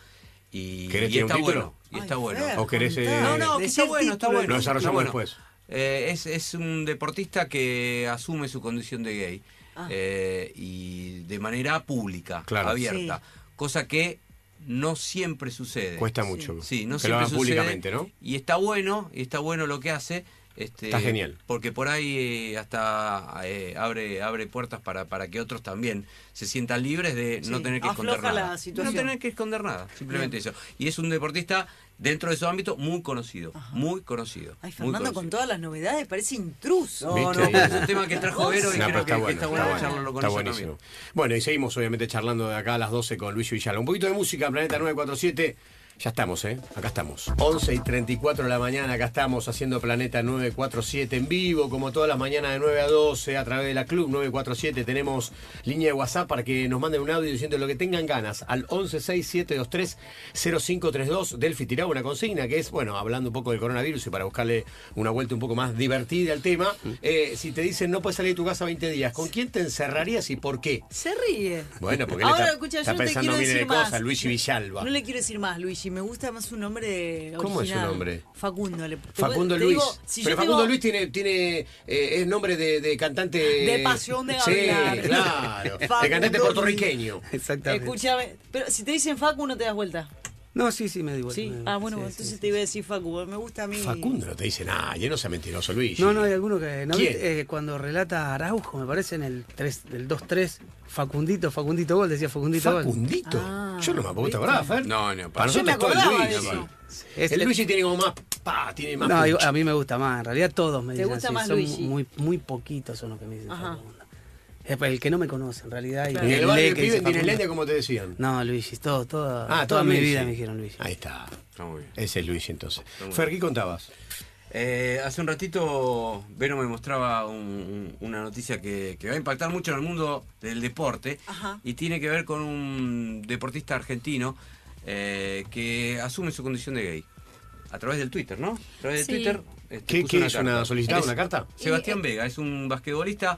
Y,
¿Querés
y
tirar un
está
título?
bueno. Y está
Ay,
bueno.
Fer,
¿O querés, eh,
contá.
No, no, que
Decí
está
el
bueno, está
título.
bueno.
Lo desarrollamos
Está bueno.
después.
Eh, es, es un deportista que asume su condición de gay
Ah.
eh, y de manera pública,
Claro.
abierta, cosa que no siempre sucede.
Cuesta mucho.
Sí, no
que lo
siempre
hagan
sucede.
públicamente, ¿no?
Y está bueno, y está bueno lo que hace. Este,
Está genial.
Porque por ahí eh, hasta eh, abre, abre puertas para, para que otros también se sientan libres de no
Sí,
tener que esconder
afloja la
nada. No
situación.
tener que esconder nada, simplemente eso. Y es un deportista dentro de su ámbito muy conocido, muy conocido.
Ay,
muy
Fernando, con
conocido.
todas las novedades, parece intruso.
¿Viste?
No, no, es un tema que trajo Vero y
No, pero
creo que- que, está bueno
bueno,
charlarlo con
está
ella
buenísimo.
también.
Bueno, y seguimos obviamente charlando de acá a las 12 con Luis Villalba. Un poquito de música, Planeta 947. Ya estamos, ¿eh? Acá estamos. 11 y 34 de la mañana, acá estamos haciendo Planeta 947 en vivo, como todas las mañanas de 9 a 12, a través de la Club 947. Tenemos línea de WhatsApp para que nos manden un audio diciendo lo que tengan ganas al 1167230532. Delphi tiraba una consigna que es, bueno, hablando un poco del coronavirus y para buscarle una vuelta un poco más divertida al tema.
Mm.
eh, si te dicen no puedes salir de tu casa 20 días, ¿con quién te encerrarías y por qué?
Se ríe.
Bueno, porque él
Ahora,
está,
escucha,
está
yo no te
pensando
quiero
miles
decir
de
más.
cosas, Luigi Villalba.
No le quiero decir más, Luigi. Me gusta más un nombre original.
¿Cómo es su nombre?
Facundo. le-
Facundo
te
Luis.
digo, si
Pero
yo
Facundo
tengo-
Luis tiene, tiene eh, es nombre de, de cantante.
De Pasión de
Sí,
Gavilanes.
claro. de
Facundo
cantante
Luis.
puertorriqueño.
Exactamente.
Escúchame. Pero si te dicen Facu, no te das vuelta.
No, sí, sí, me di vuelta,
Sí.
me-
Ah, bueno,
sí,
entonces
sí,
te iba a decir Facu. Me gusta a mí.
Facundo no te dice nada, ya no sea mentiroso, Luis.
sí. No, no, hay alguno que. ¿no
¿Quién?
viste? Eh, cuando relata Araujo, me parece en el 3, del 2-3, Facundito, Facundito Gol, decía Facundito Gol.
Facundito.
Ah,
Yo no me acuerdo, ¿te acordás, Fer?
No,
para
no, para-
Yo me
nosotros todo el
acordaba de
Luigi.
eso.
Es-
el Luigi tiene como más. Pa, tiene más.
No,
punch.
digo, a mí me gusta más, en realidad todos me
¿Te
dicen
gusta
así,
más
son
Luigi?
muy muy poquitos son los que me dicen
Ajá.
Facundo. Es para el que no me conoce en realidad. y
en el
el
barrio
le que
viven
dice
tiene
Facundo.
leña, como te decían.
No, Luigi, todo, toda,
Ah,
toda
todo
mi
Luigi. Ah,
vida me dijeron Luigi.
Ahí está.
Está muy bien.
Ese es Luigi entonces.
bien.
Fer, ¿qué contabas?
Eh, hace un ratito Vero me mostraba un- un- una noticia que, que va a impactar mucho en el mundo del deporte
Ajá.
y tiene que ver con un deportista argentino eh, que asume su condición de gay a través del Twitter, ¿no? A través
Sí.
de Twitter. este,
¿Qué,
puso
qué es una
carta.
solicitada,
Es-
una carta?
Sebastián
Y- eh,
Vega es un basquetbolista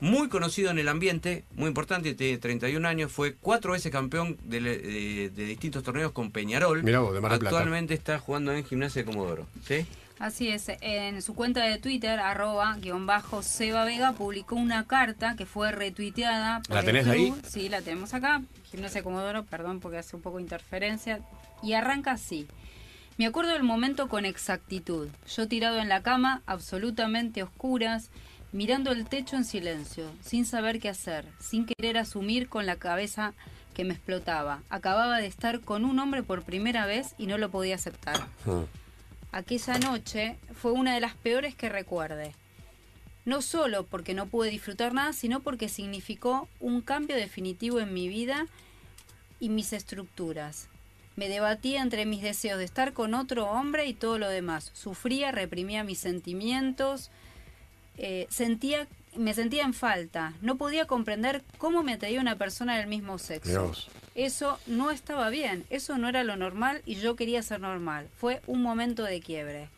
muy conocido en el ambiente, muy importante, tiene 31 años, fue cuatro veces campeón de, le- de- de distintos torneos con Peñarol.
Mirá vos, de Mar del Plata.
Actualmente está jugando en Gimnasia de Comodoro. ¿sí?
Así es, en su cuenta de Twitter, arroba guión bajo Seba Vega, publicó una carta que fue retuiteada.
¿La
el
tenés
club.
ahí?
Sí, la tenemos acá. Gimnasia Comodoro, perdón porque hace un poco de interferencia. Y arranca así. Me acuerdo del momento con exactitud. Yo tirado en la cama, absolutamente a oscuras, mirando el techo en silencio, sin saber qué hacer, sin querer asumir con la cabeza que me explotaba. Acababa de estar con un hombre por primera vez y no lo podía aceptar.
Ah.
Aquella noche fue una de las peores que recuerde. No solo porque no pude disfrutar nada, sino porque significó un cambio definitivo en mi vida y mis estructuras. Me debatía entre mis deseos de estar con otro hombre y todo lo demás. Sufría, reprimía mis sentimientos, eh, sentía, me sentía en falta. No podía comprender cómo me atraía una persona del mismo sexo.
Mirá vos.
Eso no estaba bien, eso no era lo normal y yo quería ser normal. Fue un momento de quiebre.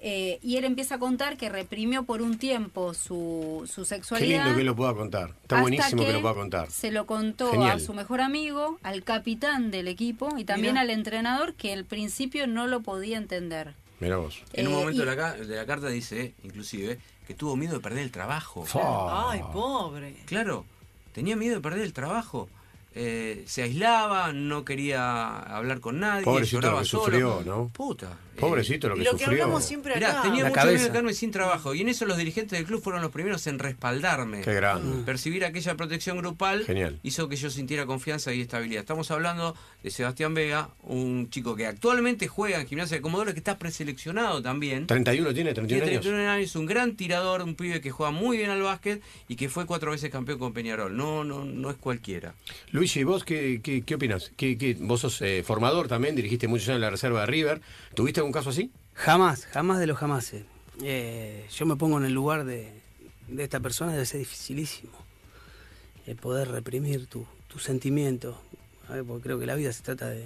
Eh, y él empieza a contar que reprimió por un tiempo su, su
Qué
sexualidad.
lindo que lo pueda contar. Está
hasta
buenísimo que lo pueda contar.
Se lo contó
Genial.
a su mejor amigo, al capitán del equipo y también
Mirá.
al entrenador que al principio no lo podía entender.
Mirá vos.
En un
Eh,
momento
y-
de, la, ca- de la carta dice, inclusive, que tuvo miedo de perder el trabajo.
Fa.
Ay, pobre.
Claro, tenía miedo de perder el trabajo. Eh, se aislaba, no quería hablar con nadie.
Pobrecito
lloraba
lo que
solo.
sufrió, ¿no?
Puta. eh,
Pobrecito lo que
Y lo que
sufrió.
hablamos siempre
Mirá,
acá.
tenía
La
mucho miedo
cabeza.
de quedarme sin trabajo y en eso los dirigentes del club fueron los primeros en respaldarme.
Qué
Mm.
grande.
Percibir aquella protección grupal
Genial.
hizo que yo sintiera confianza y estabilidad. Estamos hablando de Sebastián Vega, un chico que actualmente juega en Gimnasia de Comodoro, que está preseleccionado también.
31 tiene, 31
Tiene
años.
31 años, un gran tirador, un pibe que juega muy bien al básquet y que fue cuatro veces campeón con Peñarol. No, no, no es cualquiera.
Luigi, ¿vos qué, qué, qué opinas? ¿Qué, qué- vos sos eh, formador también, dirigiste muchos años en la reserva de River. ¿Tuviste algún caso así?
Jamás, jamás de los jamases. Eh, yo me pongo en el lugar de, de esta persona, debe ser dificilísimo. eh, poder reprimir tu- tus sentimientos. A ver, porque creo que la vida se trata de,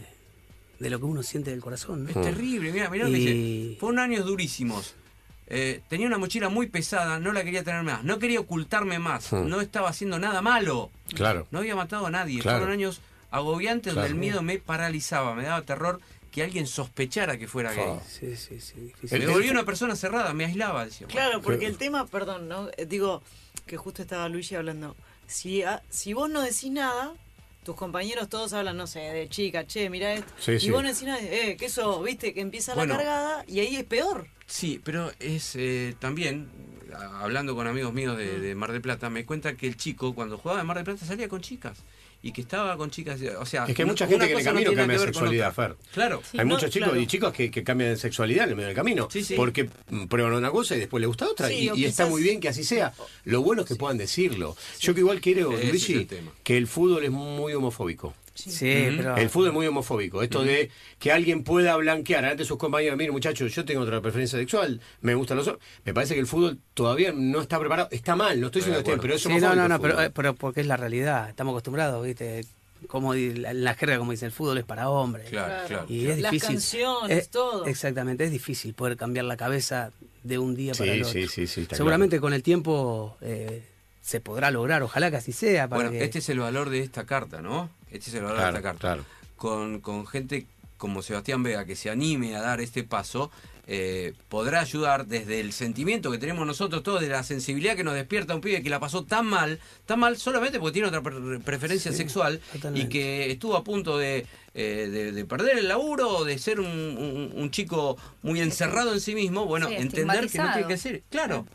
de lo que uno siente del corazón.
Es
Hmm. Mm.
¿no?
terrible, mira, mira lo que
Y-
dice. Fueron años durísimos. Eh, tenía una mochila muy pesada, no la quería tener más, no quería ocultarme más,
Hmm.
no estaba haciendo nada malo,
Claro.
no había matado a nadie.
Claro.
Fueron años agobiantes donde
Claro.
el miedo me paralizaba, me daba terror que alguien sospechara que fuera gay.
Fa.
Sí, sí, sí, difícil.
Me
Oh. El-
volví una persona cerrada, me aislaba, decía. bueno.
Claro, porque el tema, perdón, ¿no? Eh, Digo, que justo estaba Luigi hablando. Si, a- si vos no decís nada, tus compañeros todos hablan, no sé, de chica, che, mirá esto.
Sí,
y
sí.
vos no decís nada, eh, que eso, viste, que empieza
Bueno.
la cargada y ahí es peor.
Sí, pero es eh, también, a- hablando con amigos míos de, de Mar del Plata, me cuenta que el chico cuando jugaba en Mar del Plata salía con chicas y que estaba con chicas, eh, o sea...
Es que hay
no-
mucha gente
una
que en el
cosa no
camino
tiene
cambia de
nada que ver con
sexualidad,
otra.
Fer.
Claro.
Hay
no,
muchos chicos
claro.
y chicas que, que cambian de sexualidad en el medio del camino.
Sí, sí.
Porque mm, prueban una cosa y después les gusta otra.
Sí,
y
o
y está
quizás-
muy bien que así sea. Lo bueno es que puedan decirlo. Yo que igual quiero,
Ese es el
Luigi,
tema.
que el fútbol es muy homofóbico.
Sí,
Ujú.
pero.
El fútbol es muy homofóbico. Esto de que alguien pueda blanquear ante sus compañeros, mire muchachos, yo tengo otra preferencia sexual, me gustan los otros. Me parece que el fútbol todavía no está preparado. Está mal, no estoy
Estoy
diciendo que
de
esté,
acuerdo.
pero es
Sí, no,
homofóbico
no,
el
no, pero,
fútbol.
eh, pero porque es la realidad. Estamos acostumbrados, ¿viste? Como di- la- en la jerga, como dicen, el fútbol es para hombres.
Claro, claro.
Y es
Las
difícil.
canciones,
Eh,
todo.
Exactamente, es difícil poder cambiar la cabeza de un día para
Sí,
el otro.
sí, sí, sí, está
Seguramente con el tiempo eh, se podrá lograr, ojalá que así sea. Para
Bueno,
que-
este es el valor de esta carta, ¿no? Este es el valor
Claro,
de esta carta.
claro.
Con, con gente como Sebastián Vega que se anime a dar este paso, eh, podrá ayudar desde el sentimiento que tenemos nosotros todos, de la sensibilidad que nos despierta un pibe que la pasó tan mal, tan mal solamente porque tiene otra pre- preferencia
Sí,
sexual y
totalmente.
que estuvo a punto de, eh, de- de perder el laburo, de ser un, un- un chico muy encerrado en sí mismo. Bueno,
Sí,
entender que no tiene que
estigmatizado.
ser, claro.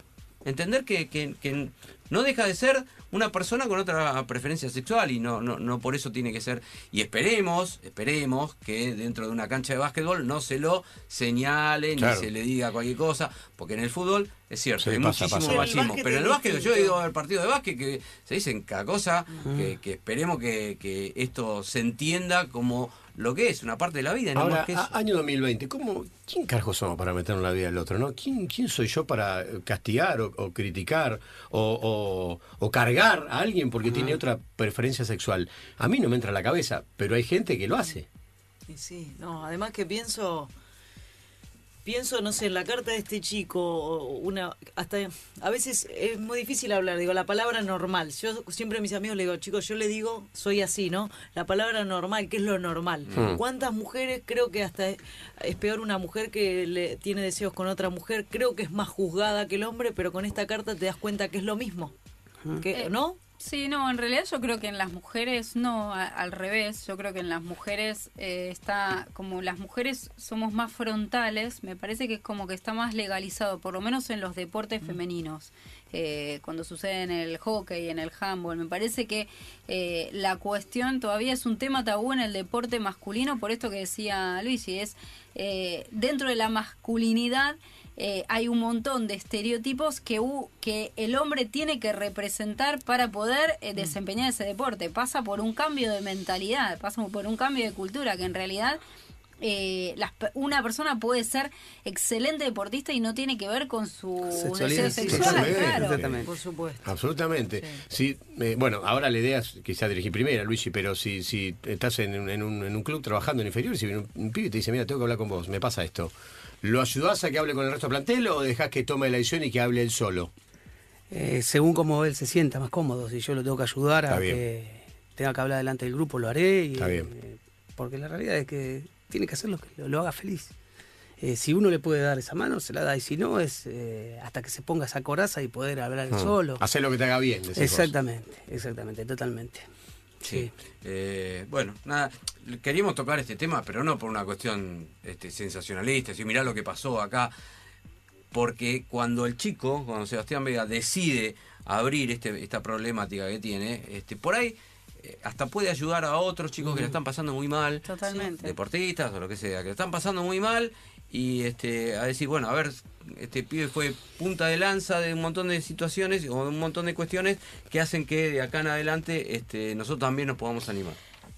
Entender que, que- que no deja de ser una persona con otra preferencia sexual y no, no, no por eso tiene que ser. Y esperemos, esperemos que dentro de una cancha de básquetbol no se lo señale,
Claro.
ni se le diga cualquier cosa, porque en el fútbol es cierto,
Sí,
hay
pasa,
muchísimo
pasa. El
machismo.
básquet
Pero en el
es
básquet, yo he
distinto.
ido al partido de básquet que se dicen cada cosa, que, que esperemos que, que esto se entienda como lo que es, una parte de la vida, no
Ahora,
más que eso.
a- año 2020, ¿cómo, ¿quién cargo somos para meternos en la vida del otro? ¿no? ¿Quién, ¿Quién soy yo para eh, castigar o, o criticar o, o- o cargar a alguien porque tiene otra preferencia sexual? A mí no me entra en la cabeza, pero hay gente que lo hace.
Y sí, no, además que pienso, pienso, no sé, en la carta de este chico, o una, hasta, a veces es muy difícil hablar, digo, la palabra normal. Yo siempre a mis amigos le digo, chicos, yo le digo, soy así, ¿no? La palabra normal, ¿qué es lo normal? ¿Cuántas mujeres creo que hasta es, es peor una mujer que le, tiene deseos con otra mujer? Creo que es más juzgada que el hombre, pero con esta carta te das cuenta que es lo mismo, que,
Eh,
¿no?
Sí, no, en realidad yo creo que en las mujeres, no, a- al revés, yo creo que en las mujeres eh, está, como las mujeres somos más frontales, me parece que es como que está más legalizado, por lo menos en los deportes femeninos, eh, cuando sucede en el hockey, en el handball, me parece que eh, la cuestión todavía es un tema tabú en el deporte masculino, por esto que decía Luigi, es eh, dentro de la masculinidad eh, hay un montón de estereotipos que, hu- que el hombre tiene que representar para poder eh, desempeñar ese deporte. Pasa por un cambio de mentalidad, pasa por un cambio de cultura, que en realidad eh, las pe- una persona puede ser excelente deportista y no tiene que ver con su
Sexualidad,
deseo
sí,
sexual.
totalmente.
claro.
Exactamente.
Por supuesto.
Absolutamente. Sí. eh, bueno, ahora la idea es quizá dirigir primera, Luigi, pero si, si estás en, un- en un, en un club trabajando en inferior y si viene un, un pibe y te dice, mira, tengo que hablar con vos, me pasa esto. ¿Lo ayudás a que hable con el resto del plantel o dejás que tome la decisión y que hable él solo?
Eh, según como él se sienta más cómodo, si yo lo tengo que ayudar
Está
a
bien.
que tenga que hablar delante del grupo, lo haré. y,
Está bien.
eh, porque la realidad es que tiene que hacer lo que lo, lo haga feliz. Eh, si uno le puede dar esa mano, se la da. Y si no, es eh, hasta que se ponga esa coraza y poder hablar él solo.
Ah, Hacer lo que te haga bien. decís vos.
Exactamente, exactamente, totalmente.
Sí. Eh, bueno, nada, queríamos tocar este tema, pero no por una cuestión este, sensacionalista, si mirá lo que pasó acá, porque cuando el chico, cuando Sebastián Vega decide abrir este, esta problemática que tiene, este, por ahí eh, hasta puede ayudar a otros chicos que la están pasando muy mal,
Totalmente.
deportistas o lo que sea, que la están pasando muy mal y este, a decir, bueno, a ver, este pibe fue punta de lanza de un montón de situaciones o de un montón de cuestiones que hacen que de acá en adelante este, nosotros también nos podamos animar.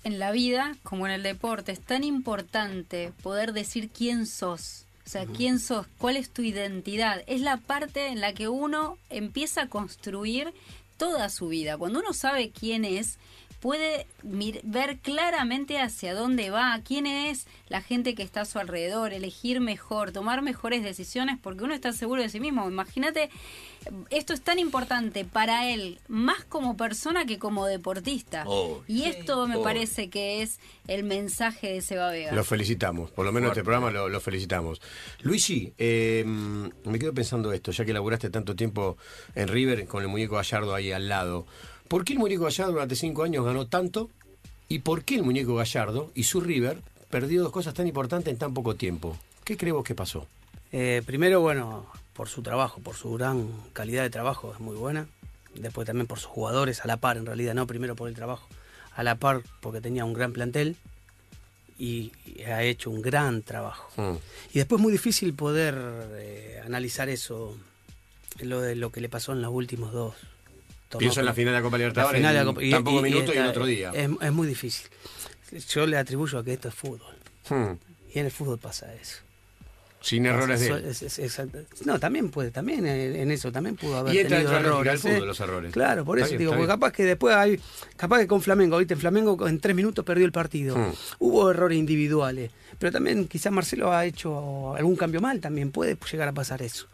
en la vida como en el deporte es tan importante poder decir quién sos. O sea, quién sos, cuál es tu identidad. Es la parte en la que uno empieza a construir toda su vida. Cuando uno sabe quién es, puede mir- ver claramente hacia dónde va, quién es la gente que está a su alrededor, elegir mejor, tomar mejores decisiones, porque uno está seguro de sí mismo. Imagínate, esto es tan importante para él, más como persona que como deportista.
Obvio.
Y esto me
Obvio.
parece que es el mensaje de Seba Vega.
Lo felicitamos, por lo menos este programa lo, lo felicitamos. Luigi, eh, me quedo pensando esto, ya que laburaste tanto tiempo en River con el muñeco Gallardo ahí al lado. ¿Por qué el muñeco Gallardo durante cinco años ganó tanto ¿Y por qué el muñeco Gallardo y su River perdió dos cosas tan importantes en tan poco tiempo? ¿Qué creemos que pasó?
Eh, primero, bueno, por su trabajo, por su gran calidad de trabajo, es muy buena. Después también por sus jugadores, a la par, en realidad, no primero por el trabajo, a la par porque tenía un gran plantel y y ha hecho un gran trabajo.
Mm.
Y después muy difícil poder eh, analizar eso, lo de lo que le pasó en los últimos dos. torneos.
Pienso en la final de la Copa Libertadores,
final de la
en
Copa-
tan pocos minutos y
está-
el otro día.
Es, es muy difícil. Yo le atribuyo a que esto es fútbol.
Hmm.
Y en el fútbol pasa eso.
Sin errores de
Eso
él.
es- es- exacto. No, también puede, también en, en eso también pudo haber
Y entra
tenido
dentro de la lógica
errores.
del fútbol,
¿eh?
los errores.
Claro, por
Está
eso
bien,
digo,
está
porque
bien.
capaz que después hay, capaz que con Flamengo, viste, en Flamengo en tres minutos perdió el partido.
Mm.
Hubo errores individuales, pero también quizás Marcelo ha hecho algún cambio mal, también puede llegar a pasar eso.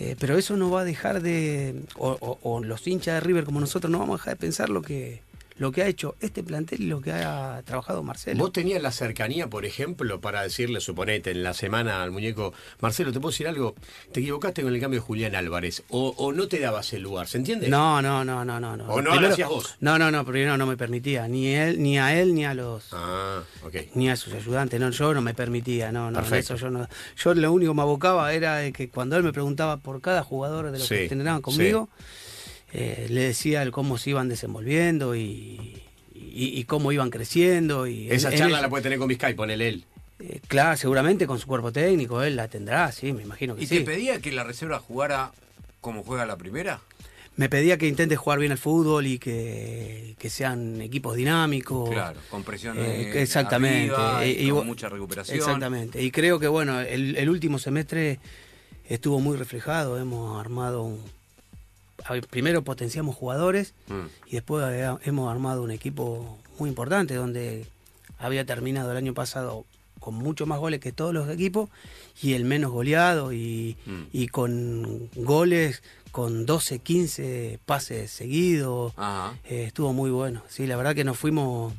Eh, pero eso no va a dejar de, o, o- o los hinchas de River como nosotros no vamos a dejar de pensar lo que, lo que ha hecho este plantel y lo que ha trabajado Marcelo.
¿Vos tenías la cercanía, por ejemplo, para decirle, suponete, en la semana al muñeco, Marcelo, ¿te puedo decir algo? Te equivocaste con el cambio de Julián Álvarez. O, o no te dabas el lugar, ¿se entiende?
No, no, no, no, no. no.
O no lo hacías vos.
No, no, no, primero no me permitía, ni él, ni a él, ni a los
Ah, ok.
ni a sus ayudantes, no, yo no me permitía, no, no, en
Perfecto.
eso yo no. Yo lo único que me abocaba era de que cuando él me preguntaba por cada jugador de los
Sí,
que entrenaban
sí.
conmigo, eh, le decía el cómo se iban desenvolviendo y, y- y cómo iban creciendo y
Esa
en- en
charla
eso-
la puede tener con Vizcay, ponele él.
eh, claro, seguramente con su cuerpo técnico, él la tendrá, sí, me imagino que
¿Y
sí.
te pedía que la reserva jugara como juega la primera?
me pedía que intente jugar bien al fútbol y que, que sean equipos dinámicos.
Claro, con presión
Eh,
eh,
exactamente.
arriba,
Y- y
con
bu-
mucha recuperación.
Exactamente. Y creo que bueno, el, el último semestre estuvo muy reflejado. Hemos armado un. a ver, Primero potenciamos jugadores
Mm.
y después eh, hemos armado un equipo muy importante donde había terminado el año pasado con mucho más goles que todos los equipos y el menos goleado y,
Mm.
y con goles con 12, 15 pases seguidos.
Ajá.
Eh, estuvo muy bueno. Sí, la verdad que nos fuimos,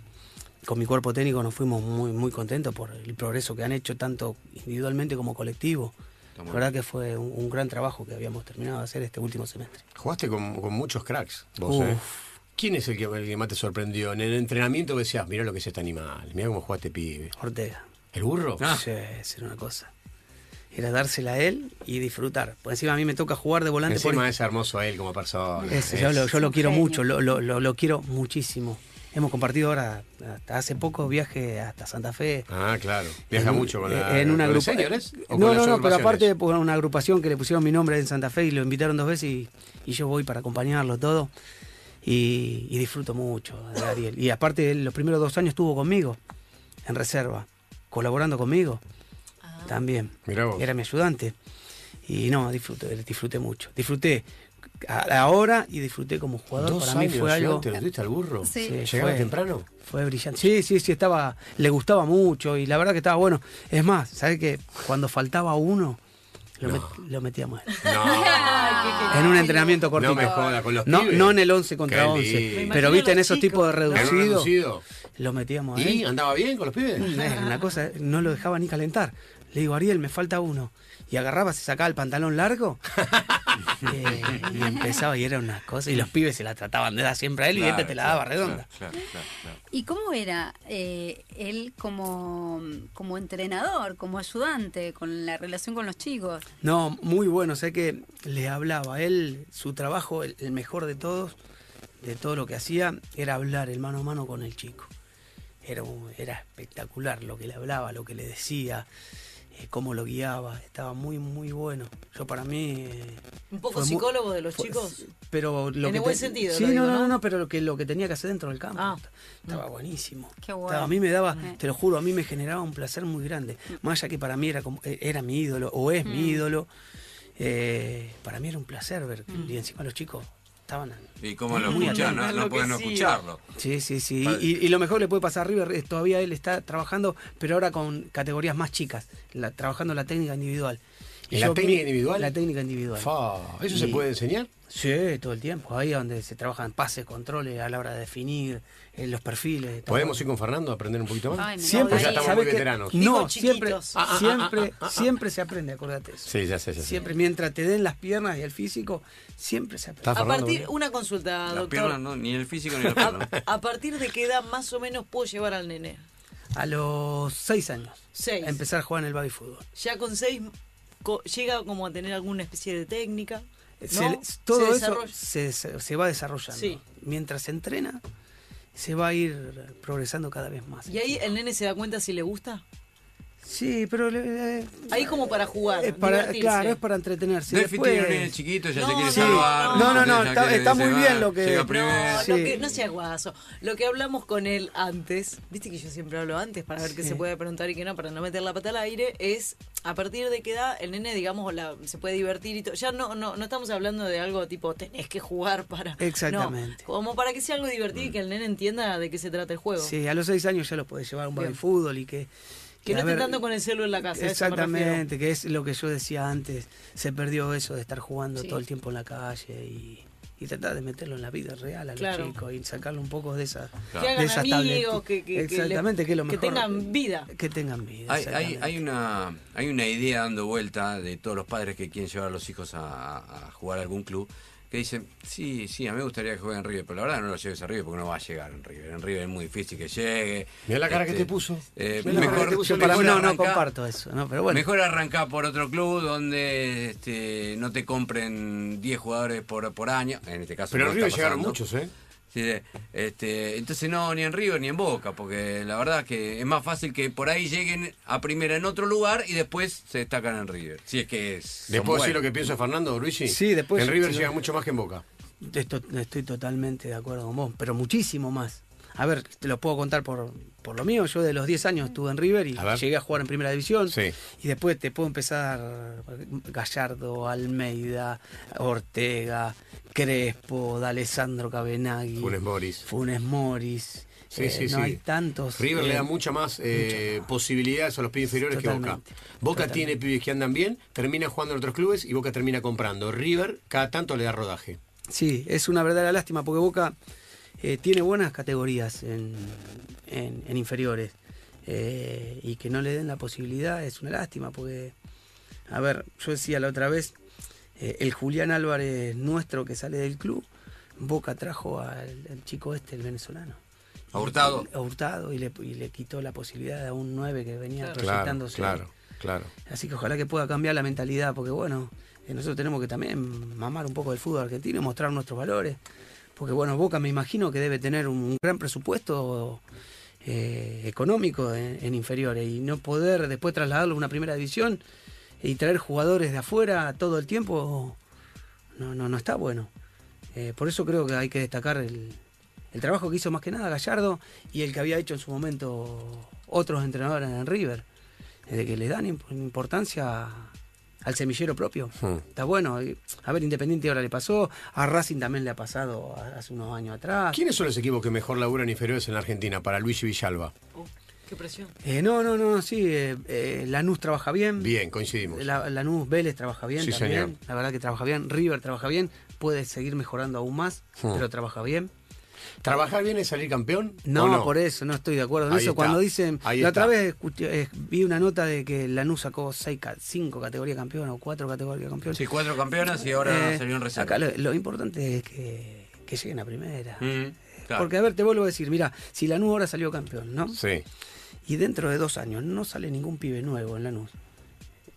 con mi cuerpo técnico, nos fuimos muy, muy contentos por el progreso que han hecho tanto individualmente como colectivo.
Está
La
muy
verdad que fue un, un gran trabajo que habíamos terminado de hacer este último semestre.
Jugaste con, con muchos cracks, vos, ¿eh?
Uf.
¿Quién es el que, el que más te sorprendió? En el entrenamiento decías, mirá lo que es este animal, mirá cómo juega este pibe.
Ortega.
¿El burro?
Ah.
Sí, esa era una cosa. Era dársela a él y disfrutar. Por encima a mí me toca jugar de volante. por
Encima es hermoso él como persona.
Es-
Es-
yo lo, yo lo
un
quiero
genio.
mucho, lo, lo- lo- lo quiero muchísimo. Hemos compartido ahora, hasta hace poco, viaje hasta Santa Fe.
Ah, claro. Viaja
En-
mucho con
eh,
la.
en una
con los
agrupa-
seniores, o con
No, no,
las
no, pero
agrupaciones.
aparte por una agrupación que le pusieron mi nombre en Santa Fe y lo invitaron dos veces y, y yo voy para acompañarlo todo. Y, y disfruto mucho de Ariel. Y aparte, él los primeros dos años estuvo conmigo, en reserva, colaborando conmigo también.
Mirá vos.
Era mi ayudante. Y no, disfruté, disfruté mucho. Disfruté a la hora y disfruté como jugador.
Dos
para mí
años
fue algo.
¿Te lo tuviste al burro?
Sí.
Sí,
¿Llegaba
fue-
temprano?
Fue brillante. Sí, sí, sí, estaba, le gustaba mucho y la verdad que estaba bueno. Es más, ¿sabes que Cuando faltaba uno, lo, met- lo metíamos él.
Ah, qué
En un entrenamiento cortito.
No me joda con los
No,
pibes.
no en el 11
Qué
contra 11,
lindo.
pero viste en
los
esos
chicos,
tipos de
¿En
claro.
un
reducido,
reducido?
lo metíamos
¿Y
ahí.
andaba bien con los pibes?
Era Una cosa, eh, no lo dejaba ni calentar. Le digo, Ariel, me falta uno. Y agarraba, se sacaba el pantalón largo eh, y empezaba y era una cosa. Y los pibes se la trataban de dar siempre a él y
Claro,
este te la daba
claro,
redonda.
claro, claro, claro.
¿Y cómo era eh, él como, como entrenador, como ayudante, con la relación con los chicos?
No, muy bueno. Sé que le hablaba. Él, su trabajo, el, el mejor de todos, de todo lo que hacía, era hablar el mano a mano con el chico. Era, un- era espectacular lo que le hablaba, lo que le decía, eh, cómo lo guiaba. Estaba muy, muy bueno. Yo para mí... eh,
Un poco
fue muy-
psicólogo de los
fue-
chicos.
Pues, Pero lo
En
que
el buen sentido
Sí,
lo digo,
no, no,
¿no?
no, pero lo que, lo que tenía que hacer dentro del campo.
Ah.
Estaba buenísimo.
Qué bueno.
Estaba- a mí me daba,
Sí.
te lo juro, a mí me generaba un placer muy grande.
Mm.
Más allá que para mí era como, eh, era mi ídolo, o es mi ídolo. eh, para mí era un placer ver.
Mm.
Y encima los chicos estaban.
¿Y cómo lo
Muy
escuchan? No,
atento.
no pueden no
Enloquecido.
escucharlo.
Sí, sí, sí.
Padre.
Y, y lo mejor que le puede pasar a River es todavía él está trabajando, pero ahora con categorías más chicas, la- trabajando la técnica individual.
¿En la
Yo
técnica
vi-
individual?
La técnica individual.
Fa, ¿Eso se
Y-
puede enseñar?
Sí, todo el tiempo. Ahí donde se trabajan pases, controles a la hora de definir eh, los perfiles. está
¿Podemos ir
bueno.
con Fernando a aprender un poquito más?
Ay, me
Siempre,
Pues ya estamos muy
¿sabes qué? Mm.
veteranos.
No,
Chicos
siempre,
chiquitos.
Ah, ah, ah,
siempre,
ah, ah, ah.
siempre se aprende, acordate eso.
Sí, ya sé, ya sé.
Siempre, mientras te den las piernas y el físico, siempre se aprende.
Está
A
Fernando,
partir,
¿no?
una consulta,
Las
doctor.
piernas, no, ni el físico ni las piernas.
a, a partir de qué edad más o menos puedo llevar al nene?
A los seis años.
Seis.
A empezar a jugar en el baby fútbol.
Ya con seis co- llega como a tener alguna especie de técnica. ¿no?
Eh, Se- todo
Se
eso
desarrolla.
se, se- se va desarrollando.
Sí.
Mientras se entrena, se va a ir progresando cada vez más.
Y ahí el nene se da cuenta si le gusta.
Sí, pero... le- eh,
Ahí como para jugar.
es para,
divertirse.
claro, es para entretenerse.
Delphi tiene un
Después-
nene chiquito, ya
No,
se quiere
sí.
salvar.
No, no, no,
ya
está-
quiere
está muy
llevar,
bien lo que-
Llega
No,
primero.
No,
Sí.
lo que, no sea guaso. Lo que hablamos con él antes, viste que yo siempre hablo antes para ver qué
Sí.
se puede preguntar y qué no, para no meter la pata al aire, es a partir de qué edad el nene, digamos, la- se puede divertir y todo. Ya no, no, no estamos hablando de algo tipo tenés que jugar para. no,
Exactamente.
como para que sea algo divertido y que el nene entienda de qué se trata el juego.
Sí, a los seis años ya los podés llevar a un bar de
Bien.
fútbol y que...
Que no
a
esté
ver,
tanto con el celo en la casa. a eso me refiero.
Exactamente, que es lo que yo decía antes. Se perdió eso de estar jugando
Sí.
todo el tiempo en la calle y, y tratar de meterlo en la vida real a los
Claro.
chicos y sacarlo un poco de esa
Claro.
Que
de
hagan
esas
amigos,
tabletas.
que, que- que le-
Exactamente, que es lo mejor.
tengan vida.
Que tengan vida.
Hay, hay,
exactamente.
hay, una, hay una idea dando vuelta de todos los padres que quieren llevar a los hijos a, a- a jugar a algún club que dicen, sí, sí, a mí me gustaría que juegue en River, pero la verdad no lo lleves a River porque no va a llegar en River. En River es muy difícil que llegue.
Mirá la cara que te puso.
eh,
Mirá la cara
mejor,
que te puso.
Yo para mí
mejor
no, no
arrancá-
comparto eso, no, pero bueno.
Mejor arrancar por otro club donde este, no te compren 10 jugadores por, por año. En este caso,
Pero
no
en River
está
llegaron
pasando.
muchos, ¿eh?
Sí, de- este, entonces no, ni en River ni en Boca, porque la verdad que es más fácil que por ahí lleguen a primera en otro lugar y después se destacan en River. Si es que es... son
Después decir
buenos.
lo que piensa Fernando, Luigi.
Sí, después-
En River
sí,
llega
no.
mucho más que en Boca.
Esto- estoy totalmente de acuerdo con vos, pero muchísimo más. A ver, te lo puedo contar por, por lo mío. Yo de los 10 años estuve en River y
A ver.
llegué a jugar en Primera División.
Sí.
Y después te puedo empezar Gallardo, Almeida, Ortega, Crespo, D'Alessandro Cabenagui.
Funes Mori.
Funes Moris.
Sí,
Eh,
sí,
no
sí.
hay tantos.
River le
eh,
da mucha más eh, posibilidades a los pibes inferiores que
Totalmente.
Boca. Boca
Totalmente.
tiene pibes que andan bien, termina jugando en otros clubes y Boca termina comprando. River cada tanto le da rodaje.
Sí, es una verdadera lástima porque Boca eh, tiene buenas categorías en, en- en inferiores eh, y que no le den la posibilidad es una lástima porque, a ver, yo decía la otra vez, eh, el Julián Álvarez nuestro que sale del club, Boca trajo al, al chico este, el venezolano.
A Hurtado.
A Hurtado y le, y le quitó la posibilidad a un 9 que venía
Claro.
proyectándose.
claro.
Así que ojalá que pueda cambiar la mentalidad, porque bueno, eh, nosotros tenemos que también mamar un poco del fútbol argentino y mostrar nuestros valores. Porque bueno, Boca me imagino que debe tener un gran presupuesto eh, económico en, en inferiores y no poder después trasladarlo a una primera división y traer jugadores de afuera todo el tiempo no, no, no está bueno. Eh, por eso creo que hay que destacar el, el trabajo que hizo más que nada Gallardo y el que había hecho en su momento otros entrenadores en River, eh, de que le dan imp- importancia al semillero propio.
Hmm.
Está bueno. eh, A ver, Independiente ahora le pasó, a Racing también le ha pasado a- hace unos años atrás.
¿Quiénes son los equipos que mejor laburan inferiores en la Argentina para Luigi Villalba?
Oh, qué presión.
Eh, no, no, no, sí, eh, eh, Lanús trabaja bien.
Bien, coincidimos.
La, Lanús Vélez trabaja bien
Sí,
también.
señor.
La verdad que trabaja bien. River trabaja bien. Puede seguir mejorando aún más,
Hmm.
pero trabaja bien.
¿Trabajar bien es salir campeón?
No,
¿O
por e- eso, no estoy de acuerdo en
Ahí
eso.
está,
Cuando dicen,
ahí
la
está.
otra vez escuché- eh, vi una nota de que Lanús sacó seis, ca- cinco categorías de campeón o cuatro categorías de campeón.
Sí, cuatro campeonas y ahora
Eh,
salió en reserva.
Acá lo, lo importante es que, que lleguen a primera. Eh,
Mm, claro.
Porque, a ver, te vuelvo a decir, mira, si Lanús ahora salió campeón, ¿no?
Sí.
Y dentro de dos años no sale ningún pibe nuevo en Lanús.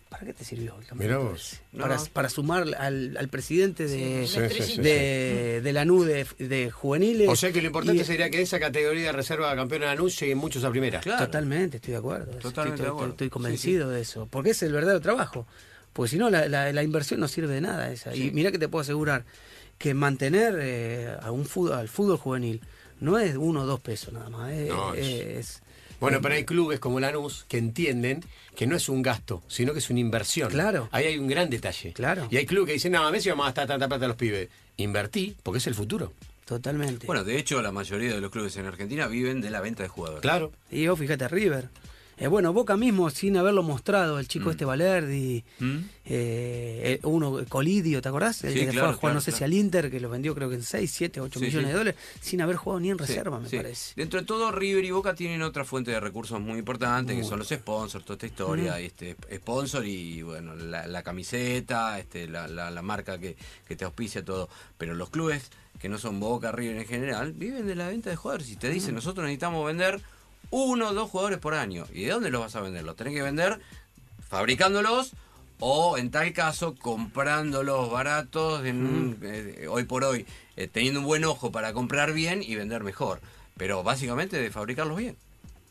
¿Para qué te sirvió el campeón?
Mirá vos.
Para,
No.
para sumar al, al presidente de,
Sí, una
Sí, sí, sí,
de, de Lanús de, de juveniles.
O sea que lo importante
Y-
sería que de esa categoría de reserva de campeón de Lanús lleguen muchos a primera.
Claro.
Totalmente, estoy de acuerdo. Estoy-
Totalmente
estoy,
de acuerdo.
estoy
Sí,
convencido de eso. Porque es el verdadero trabajo. Porque si no, la, la- la inversión no sirve de nada esa. Y mira que te puedo asegurar que mantener eh, a un fútbol, al fútbol juvenil no es uno o dos pesos nada más. Es,
No, es-
es-
Bueno,
es-
pero hay clubes como Lanús que entienden que no es un gasto, sino que es una inversión.
Claro.
Ahí hay un gran detalle.
Claro.
Y hay clubes que dicen, no, a ver si vamos a gastar tanta plata a los pibes. Invertí, porque es el futuro.
Totalmente.
Bueno, de hecho, la mayoría de los clubes en Argentina viven de la venta de jugadores.
Claro.
y vos fíjate, River. Eh, bueno, Boca mismo, sin haberlo mostrado, el chico
Mm.
este Valerdi,
¿Mm?
eh, eh, uno, eh, Colidio, ¿te acordás? El
Sí,
que fue a
claro,
jugar, no
claro,
sé
claro.
si al Inter, que lo vendió creo que en 6, 7, 8
Sí,
millones
sí.
de dólares, sin haber jugado ni en
Sí,
reserva, me
sí.
parece.
Dentro de todo, River y Boca tienen otra fuente de recursos muy importante, que
Muy.
son los sponsors, toda esta historia, este sponsor y bueno, la, la camiseta, este, la, la- la marca que, que te auspicia todo. Pero los clubes que no son Boca, River en general, viven de la venta de jugadores. Y te dicen, nosotros necesitamos vender uno o dos jugadores por año. ¿Y de dónde los vas a vender? Los tenés que vender fabricándolos o en tal caso comprándolos baratos en-
Mm.
eh, hoy por hoy, eh, teniendo un buen ojo para comprar bien y vender mejor. Pero básicamente de fabricarlos bien.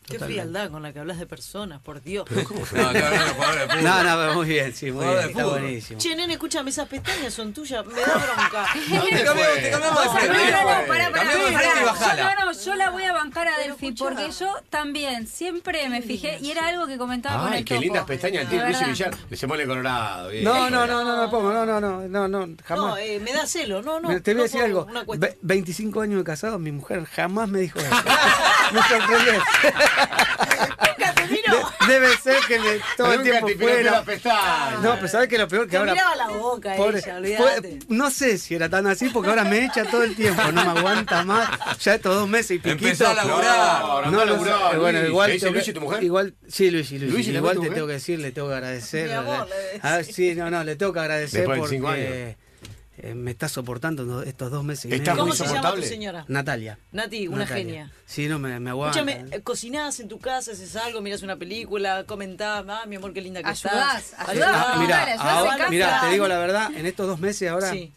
Qué
Totalmente.
frialdad con la que hablas de personas, por Dios.
No, acá hablan los jugadores de fútbol.
No, no, pero muy bien, sí, muy
Jugador
bien,
de
está
fútbol.
buenísimo.
Che, nene, escúchame, esas pestañas son tuyas, me da bronca.
Te cambiamos- te cambiamos de
No,
frente,
no, no,
güey.
pará, pará,
Cambiamos de frente y
pará. Yo,
bajala.
no, no, yo la voy a bancar a
Pero
Delphi
escuchá.
porque yo también siempre me fijé y era algo que comentaba con
Ay,
el
qué
topo.
lindas pestañas tiene
De
Luis
verdad.
Villar. Le llamó el colorado. bien.
No, no, no, no, no, pongo, no, no, no, no, no, jamás.
No, eh, me da celo, no, no.
Mira, te voy a
no
decir
por
algo.
una cuestión.
Ve- 25 años de casado, mi mujer jamás me dijo eso. me sorprendes.
Nunca te miró.
debe ser que me, todo el
Nunca
tiempo
te piró la
fuera.
pestaña.
No, pero ¿sabes qué? Lo peor que
Te
ahora.
miraba la boca
Pobre-
ella,
fue-
olvídate.
no sé si era tan así porque ahora me echa todo el tiempo, no me aguanta más. Ya estos dos meses y piquito.
Empezó
No,
a laburar.
ahora
no,
anda a
no,
laburar,
sé. Eh, bueno,
Luis.
igual
¿Te dice
tengo que-
Luis y tu mujer?
Igual, sí, Luis y Luis.
Luis, ¿y la
igual
fue tu
te
mujer?
tengo que decir, le tengo que agradecer.
Mi amor, le
eh, ah, sí, no, no, le tengo que agradecer
Después de
porque
cinco
eh, me está soportando no- estos dos meses y
Estás
medio.
¿Cómo
muy
se llama tu
soportable.
señora?
Natalia.
Nati, una
Natalia.
genia.
Sí, no, me, me aguanta.
Escúchame, eh, cocinás en tu casa, haces algo, mirás una película, comentás, ah, mi amor, qué linda que
Ayudás,
estás.
ayudás.
Ah, ah,
Natalia,
mirá,
ayudás en
ahora-
casa.
mirá, te digo la verdad, en estos dos meses ahora
Sí.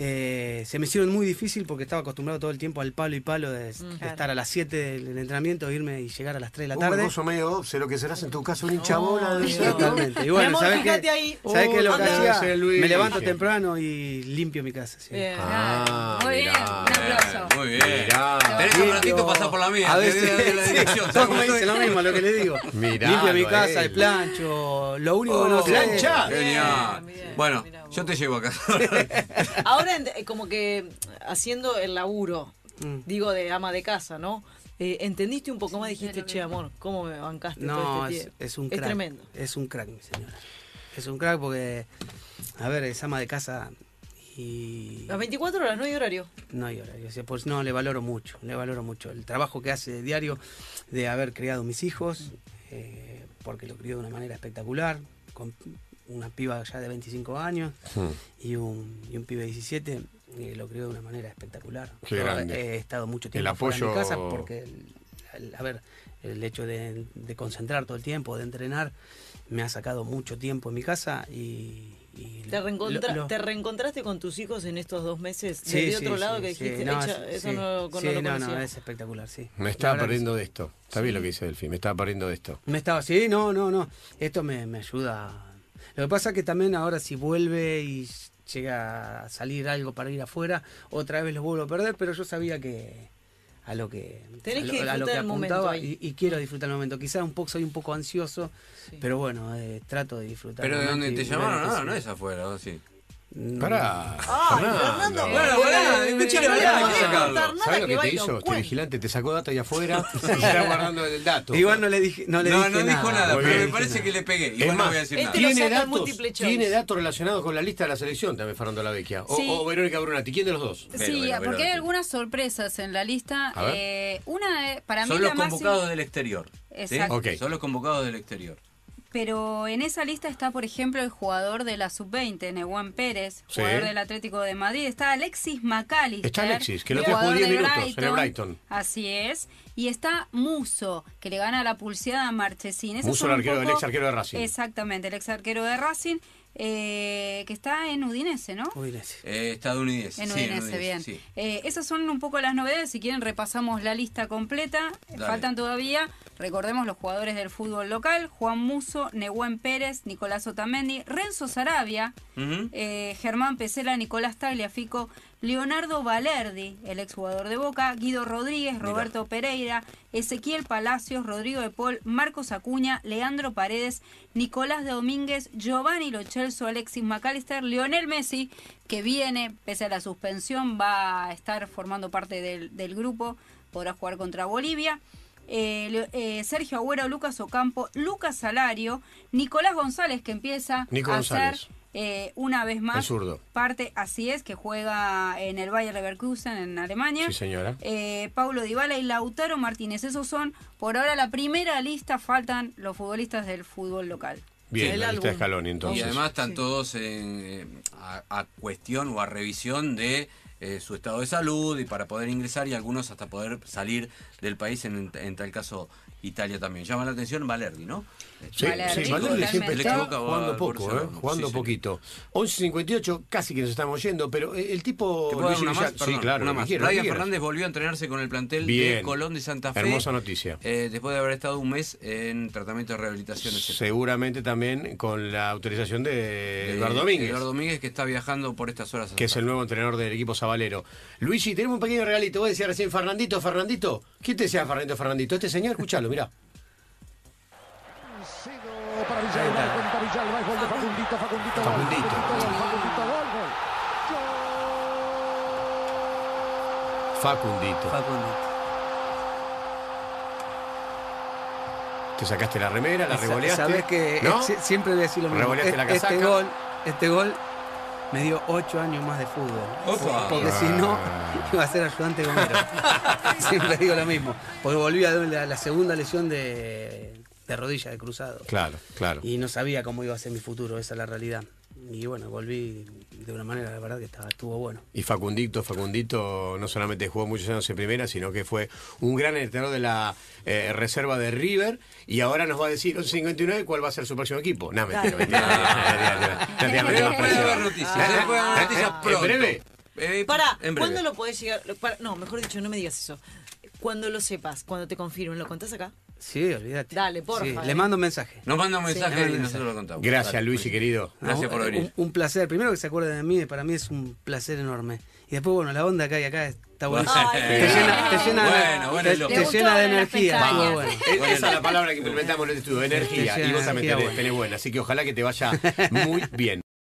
eh, se me hicieron muy difícil porque estaba acostumbrado todo el tiempo al palo y palo de, de
Mm,
estar a las 7 del entrenamiento, irme y llegar a las
Uh,
3 de la
Un
tarde.
gozo medio obse, lo que serás en tu casa, un hincha bola eh, de
Sí, Totalmente. Y
Mi
bueno,
amor,
¿sabés
fíjate
qué?
ahí. Uh,
¿Sabés qué es lo que
Oh,
hacía?
ese Luis.
Me levanto temprano y limpio mi casa. sí.
Bien.
Ah,
Muy bien,
mirá,
un aplauso.
Muy bien.
Mirá.
Tenés un ratito pasar por la mía.
A
te voy
veces,
a dar la
Ah, sí,
dirección,
todos
¿sabes?
me dicen lo mismo, lo que le digo.
Mirá,
Limpio mi
Noel.
casa, el plancho, lo único
Oh,
que no sé.
plancha.
Genial.
Bien, bien,
Bueno,
mirá vos.
yo te llevo acá.
Ahora, ent- eh, como que haciendo el laburo,
Mm.
digo, de ama de casa, ¿no? Eh, ¿Entendiste un poco más? Dijiste, che, amor, ¿cómo me bancaste todo
No,
este
es,
tiempo?
es un
Es
crack.
tremendo.
Es un crack, mi señora. Es un crack porque, a ver, es ama de casa y
Las 24 horas, no hay horario.
no hay horario. O sea, pues no, le valoro mucho, le valoro mucho. El trabajo que hace diario de haber criado mis hijos, eh, porque lo crió de una manera espectacular, con una piba ya de 25 años
Mm,
y un, y un pibe de 17, eh, lo crió de una manera espectacular.
Qué
Yo
grande.
He estado mucho
El
tiempo fuera de mi
apoyo-
casa porque, el- el- a ver, el hecho de, de concentrar todo el tiempo, de entrenar, me ha sacado mucho tiempo en mi casa y... y
¿Te,
lo-
reencontra-
lo-
te reencontraste con tus hijos en estos dos meses?
Sí,
desde
sí,
otro
sí,
lado que
sí,
dijiste,
no,
"Echa,
sí,
eso no, lo-
sí,
no lo
no,
conocía".
no, es espectacular, sí.
Me
La
estaba
verdad que
perdiendo de esto. Está bien lo que dice Delphi, me estaba perdiendo de esto.
Me estaba, sí, no, no, no. Esto me, me ayuda. Lo que pasa es que también ahora si vuelve y llega a salir algo para ir afuera, otra vez lo vuelvo a perder, pero yo sabía que a lo que,
Tenés
a lo,
que
a lo
disfrutar el momento
apuntaba
ahí.
y, y quiero disfrutar el momento. Quizás un poco soy un poco ansioso,
Sí.
pero bueno, eh, trato de disfrutar. el
Pero de
momento
donde
y
te
ver
llamaron,
que
no,
sí.
no es afuera, ¿no? sí.
Mm,
Pará.
Ay, Fernando,
Bueno,
eh,
pará,
eh,
escuchale,
no le
pará,
voy a
sacarlo.
contar nada
¿Sabes lo que te
vaya
hizo?
un
Este
cuento.
vigilante te sacó data ahí afuera y se está guardando el dato.
Igual no le dije, no le
No,
dije
no
nada.
dijo nada,
Muy
pero
bien.
me parece que le pegué.
Es
Igual no
más,
voy a decir
este
nada.
lo
Tiene
saca en
datos,
multiple choice.
tiene datos relacionados con la lista de la selección también Fernando La Vecchia. O,
Sí.
o Verónica Brunati. ¿Quién de los dos?
Pero,
Sí,
pero, pero,
porque hay
sí.
algunas sorpresas en la lista.
A ver.
Eh, una es, para mí
Son
la
los
más
convocados del exterior.
Exacto.
Ok.
Son los convocados del exterior.
Pero en esa lista está, por ejemplo, el jugador de la sub-20, Nehuán Pérez,
Sí.
jugador del Atlético de Madrid. Está Alexis McAllister.
Está Alexis, que el otro día
jugador
jugó 10
del
minutos en el Brighton.
Así es. Y está Muso, que le gana la pulseada a Marchesín.
Musso, el arquero- el ex arquero de Racing.
Exactamente, el ex arquero de Racing, eh, que está en Udinese, ¿no?
Uy, gracias.
Eh, estadounidense.
En
sí,
UNS,
estadounidense,
bien.
sí.
Eh, esas son un poco las novedades. Si quieren, repasamos la lista completa.
Dale.
Faltan todavía, recordemos, los jugadores del fútbol local: Juan Muso, Nehuen Pérez, Nicolás Otamendi, Renzo Sarabia,
Ujú.
eh, Germán Pesela, Nicolás Tagliafico, Leonardo Valerdi, el exjugador de Boca, Guido Rodríguez, Roberto Pereira, Ezequiel Palacios, Rodrigo de Paul, Marcos Acuña, Leandro Paredes, Nicolás de Domínguez, Giovanni Lochelso, Alexis McAllister, Lionel Messi, que viene, pese a la suspensión, va a estar formando parte del, del grupo, podrá jugar contra Bolivia. eh, Leo- eh, Sergio Agüero, Lucas Ocampo, Lucas Salario, Nicolás González que empieza
Nico
a
González.
ser eh, una vez más
El zurdo.
parte, así es, que juega en el Bayer Leverkusen en Alemania.
Sí, señora.
Eh, Paulo Dybala y Lautaro Martínez, esos son por ahora la primera lista, faltan los futbolistas del fútbol local.
Bien,
El
la lista de
álbum.
Scaloni entonces.
Y además están
Sí.
todos en, eh, a, a cuestión o a revisión de eh, su estado de salud y para poder ingresar y algunos hasta poder salir del país, en, en tal caso Italia también. Llama la atención Valerdi, ¿no?
Sí,
Valerdi,
sí, Valerdi siempre
totalmente.
está
Le
toca o
jugando
al
poco,
Borussia
¿eh?
Dortmund,
jugando
sí,
poquito. 11.58, casi que nos estamos yendo, pero eh, el tipo...
¿Te puedo dar
Luigi
una más?
Villal-
Perdón,
sí, claro,
una
lo que
más.
quiera, lo que
Brian
quiera.
Fernández volvió a entrenarse con el plantel de
Bien.
Colón de Santa Fe.
Hermosa noticia.
eh, después de haber estado un mes en tratamiento de rehabilitación, etc.
Seguramente también con la autorización de Eduardo Domínguez,
Eh, Eduardo Domínguez que está viajando por estas horas.
que es el nuevo entrenador del equipo sabalero. Luigi, tenemos un pequeño regalito. Vos decías recién Fernandito, Fernandito. ¿Quién te decía Fernandito, Fernandito? Este señor, escúchalo, mirá.
Cedo para Villalba, el gol para Villalba, el gol de Facundito, Facundito, gol,
Facundito.
Facundito, gol, Facundito, gol, gol.
Facundito.
Facundo.
Te sacaste la remera, la
Sa-
revoleaste.
Sabés que
¿No?
eh, si- siempre voy a decir lo mismo.
Revoleaste la
Este- este,
casaca.
gol, este gol me dio ocho años más de fútbol.
Opa.
Porque si no, iba a ser ayudante gomero. siempre digo lo mismo. Porque volví a la, la segunda lesión de, de rodilla, de cruzado.
Claro, claro.
Y no sabía cómo iba a ser mi futuro, esa es la realidad. Y bueno, volví de una manera, la verdad que estaba, estuvo bueno.
Y Facundito, Facundito no solamente jugó muchos años en primera, sino que fue un gran entrenador de la eh, reserva de River. Y ahora nos va a decir 11.59 cuál va a ser su próximo equipo. No, mentira,
Claro.
mentira, mentira, mentira, mentira, mentira,
Pero
mentira,
puede
mentira.
haber
noticias.
Ah,
eh, puede haber
ah,
noticias
ah,
pronto.
En breve.
Eh,
Pará,
en breve.
¿cuándo lo podés llegar? lo- para- no, mejor dicho, no me digas eso. Cuando lo sepas, cuando te confirmen, ¿lo contás acá?
Sí, olvídate.
Dale, porfa,
Sí,
eh.
Le mando un mensaje.
Nos manda un mensaje
Sí.
y nosotros lo contamos.
Gracias,
Dale,
Luigi,
Luigi.
querido.
Gracias por
No, Eh,
venir.
Un, un placer. Primero que se acuerden de mí, para mí es un placer enorme. Y después, bueno, la onda que hay acá está buena.
Ay,
te llena, te llena,
Bueno, bueno,
te-
loco.
te
Le
llena de
gustó las
energía.
pestañas.
estuvo bueno.
Eh, Esa es la palabra que implementamos en este estudio, energía.
Sí,
Y vos también
energía
tenés,
buena.
tenés buena, así que ojalá que te vaya muy bien.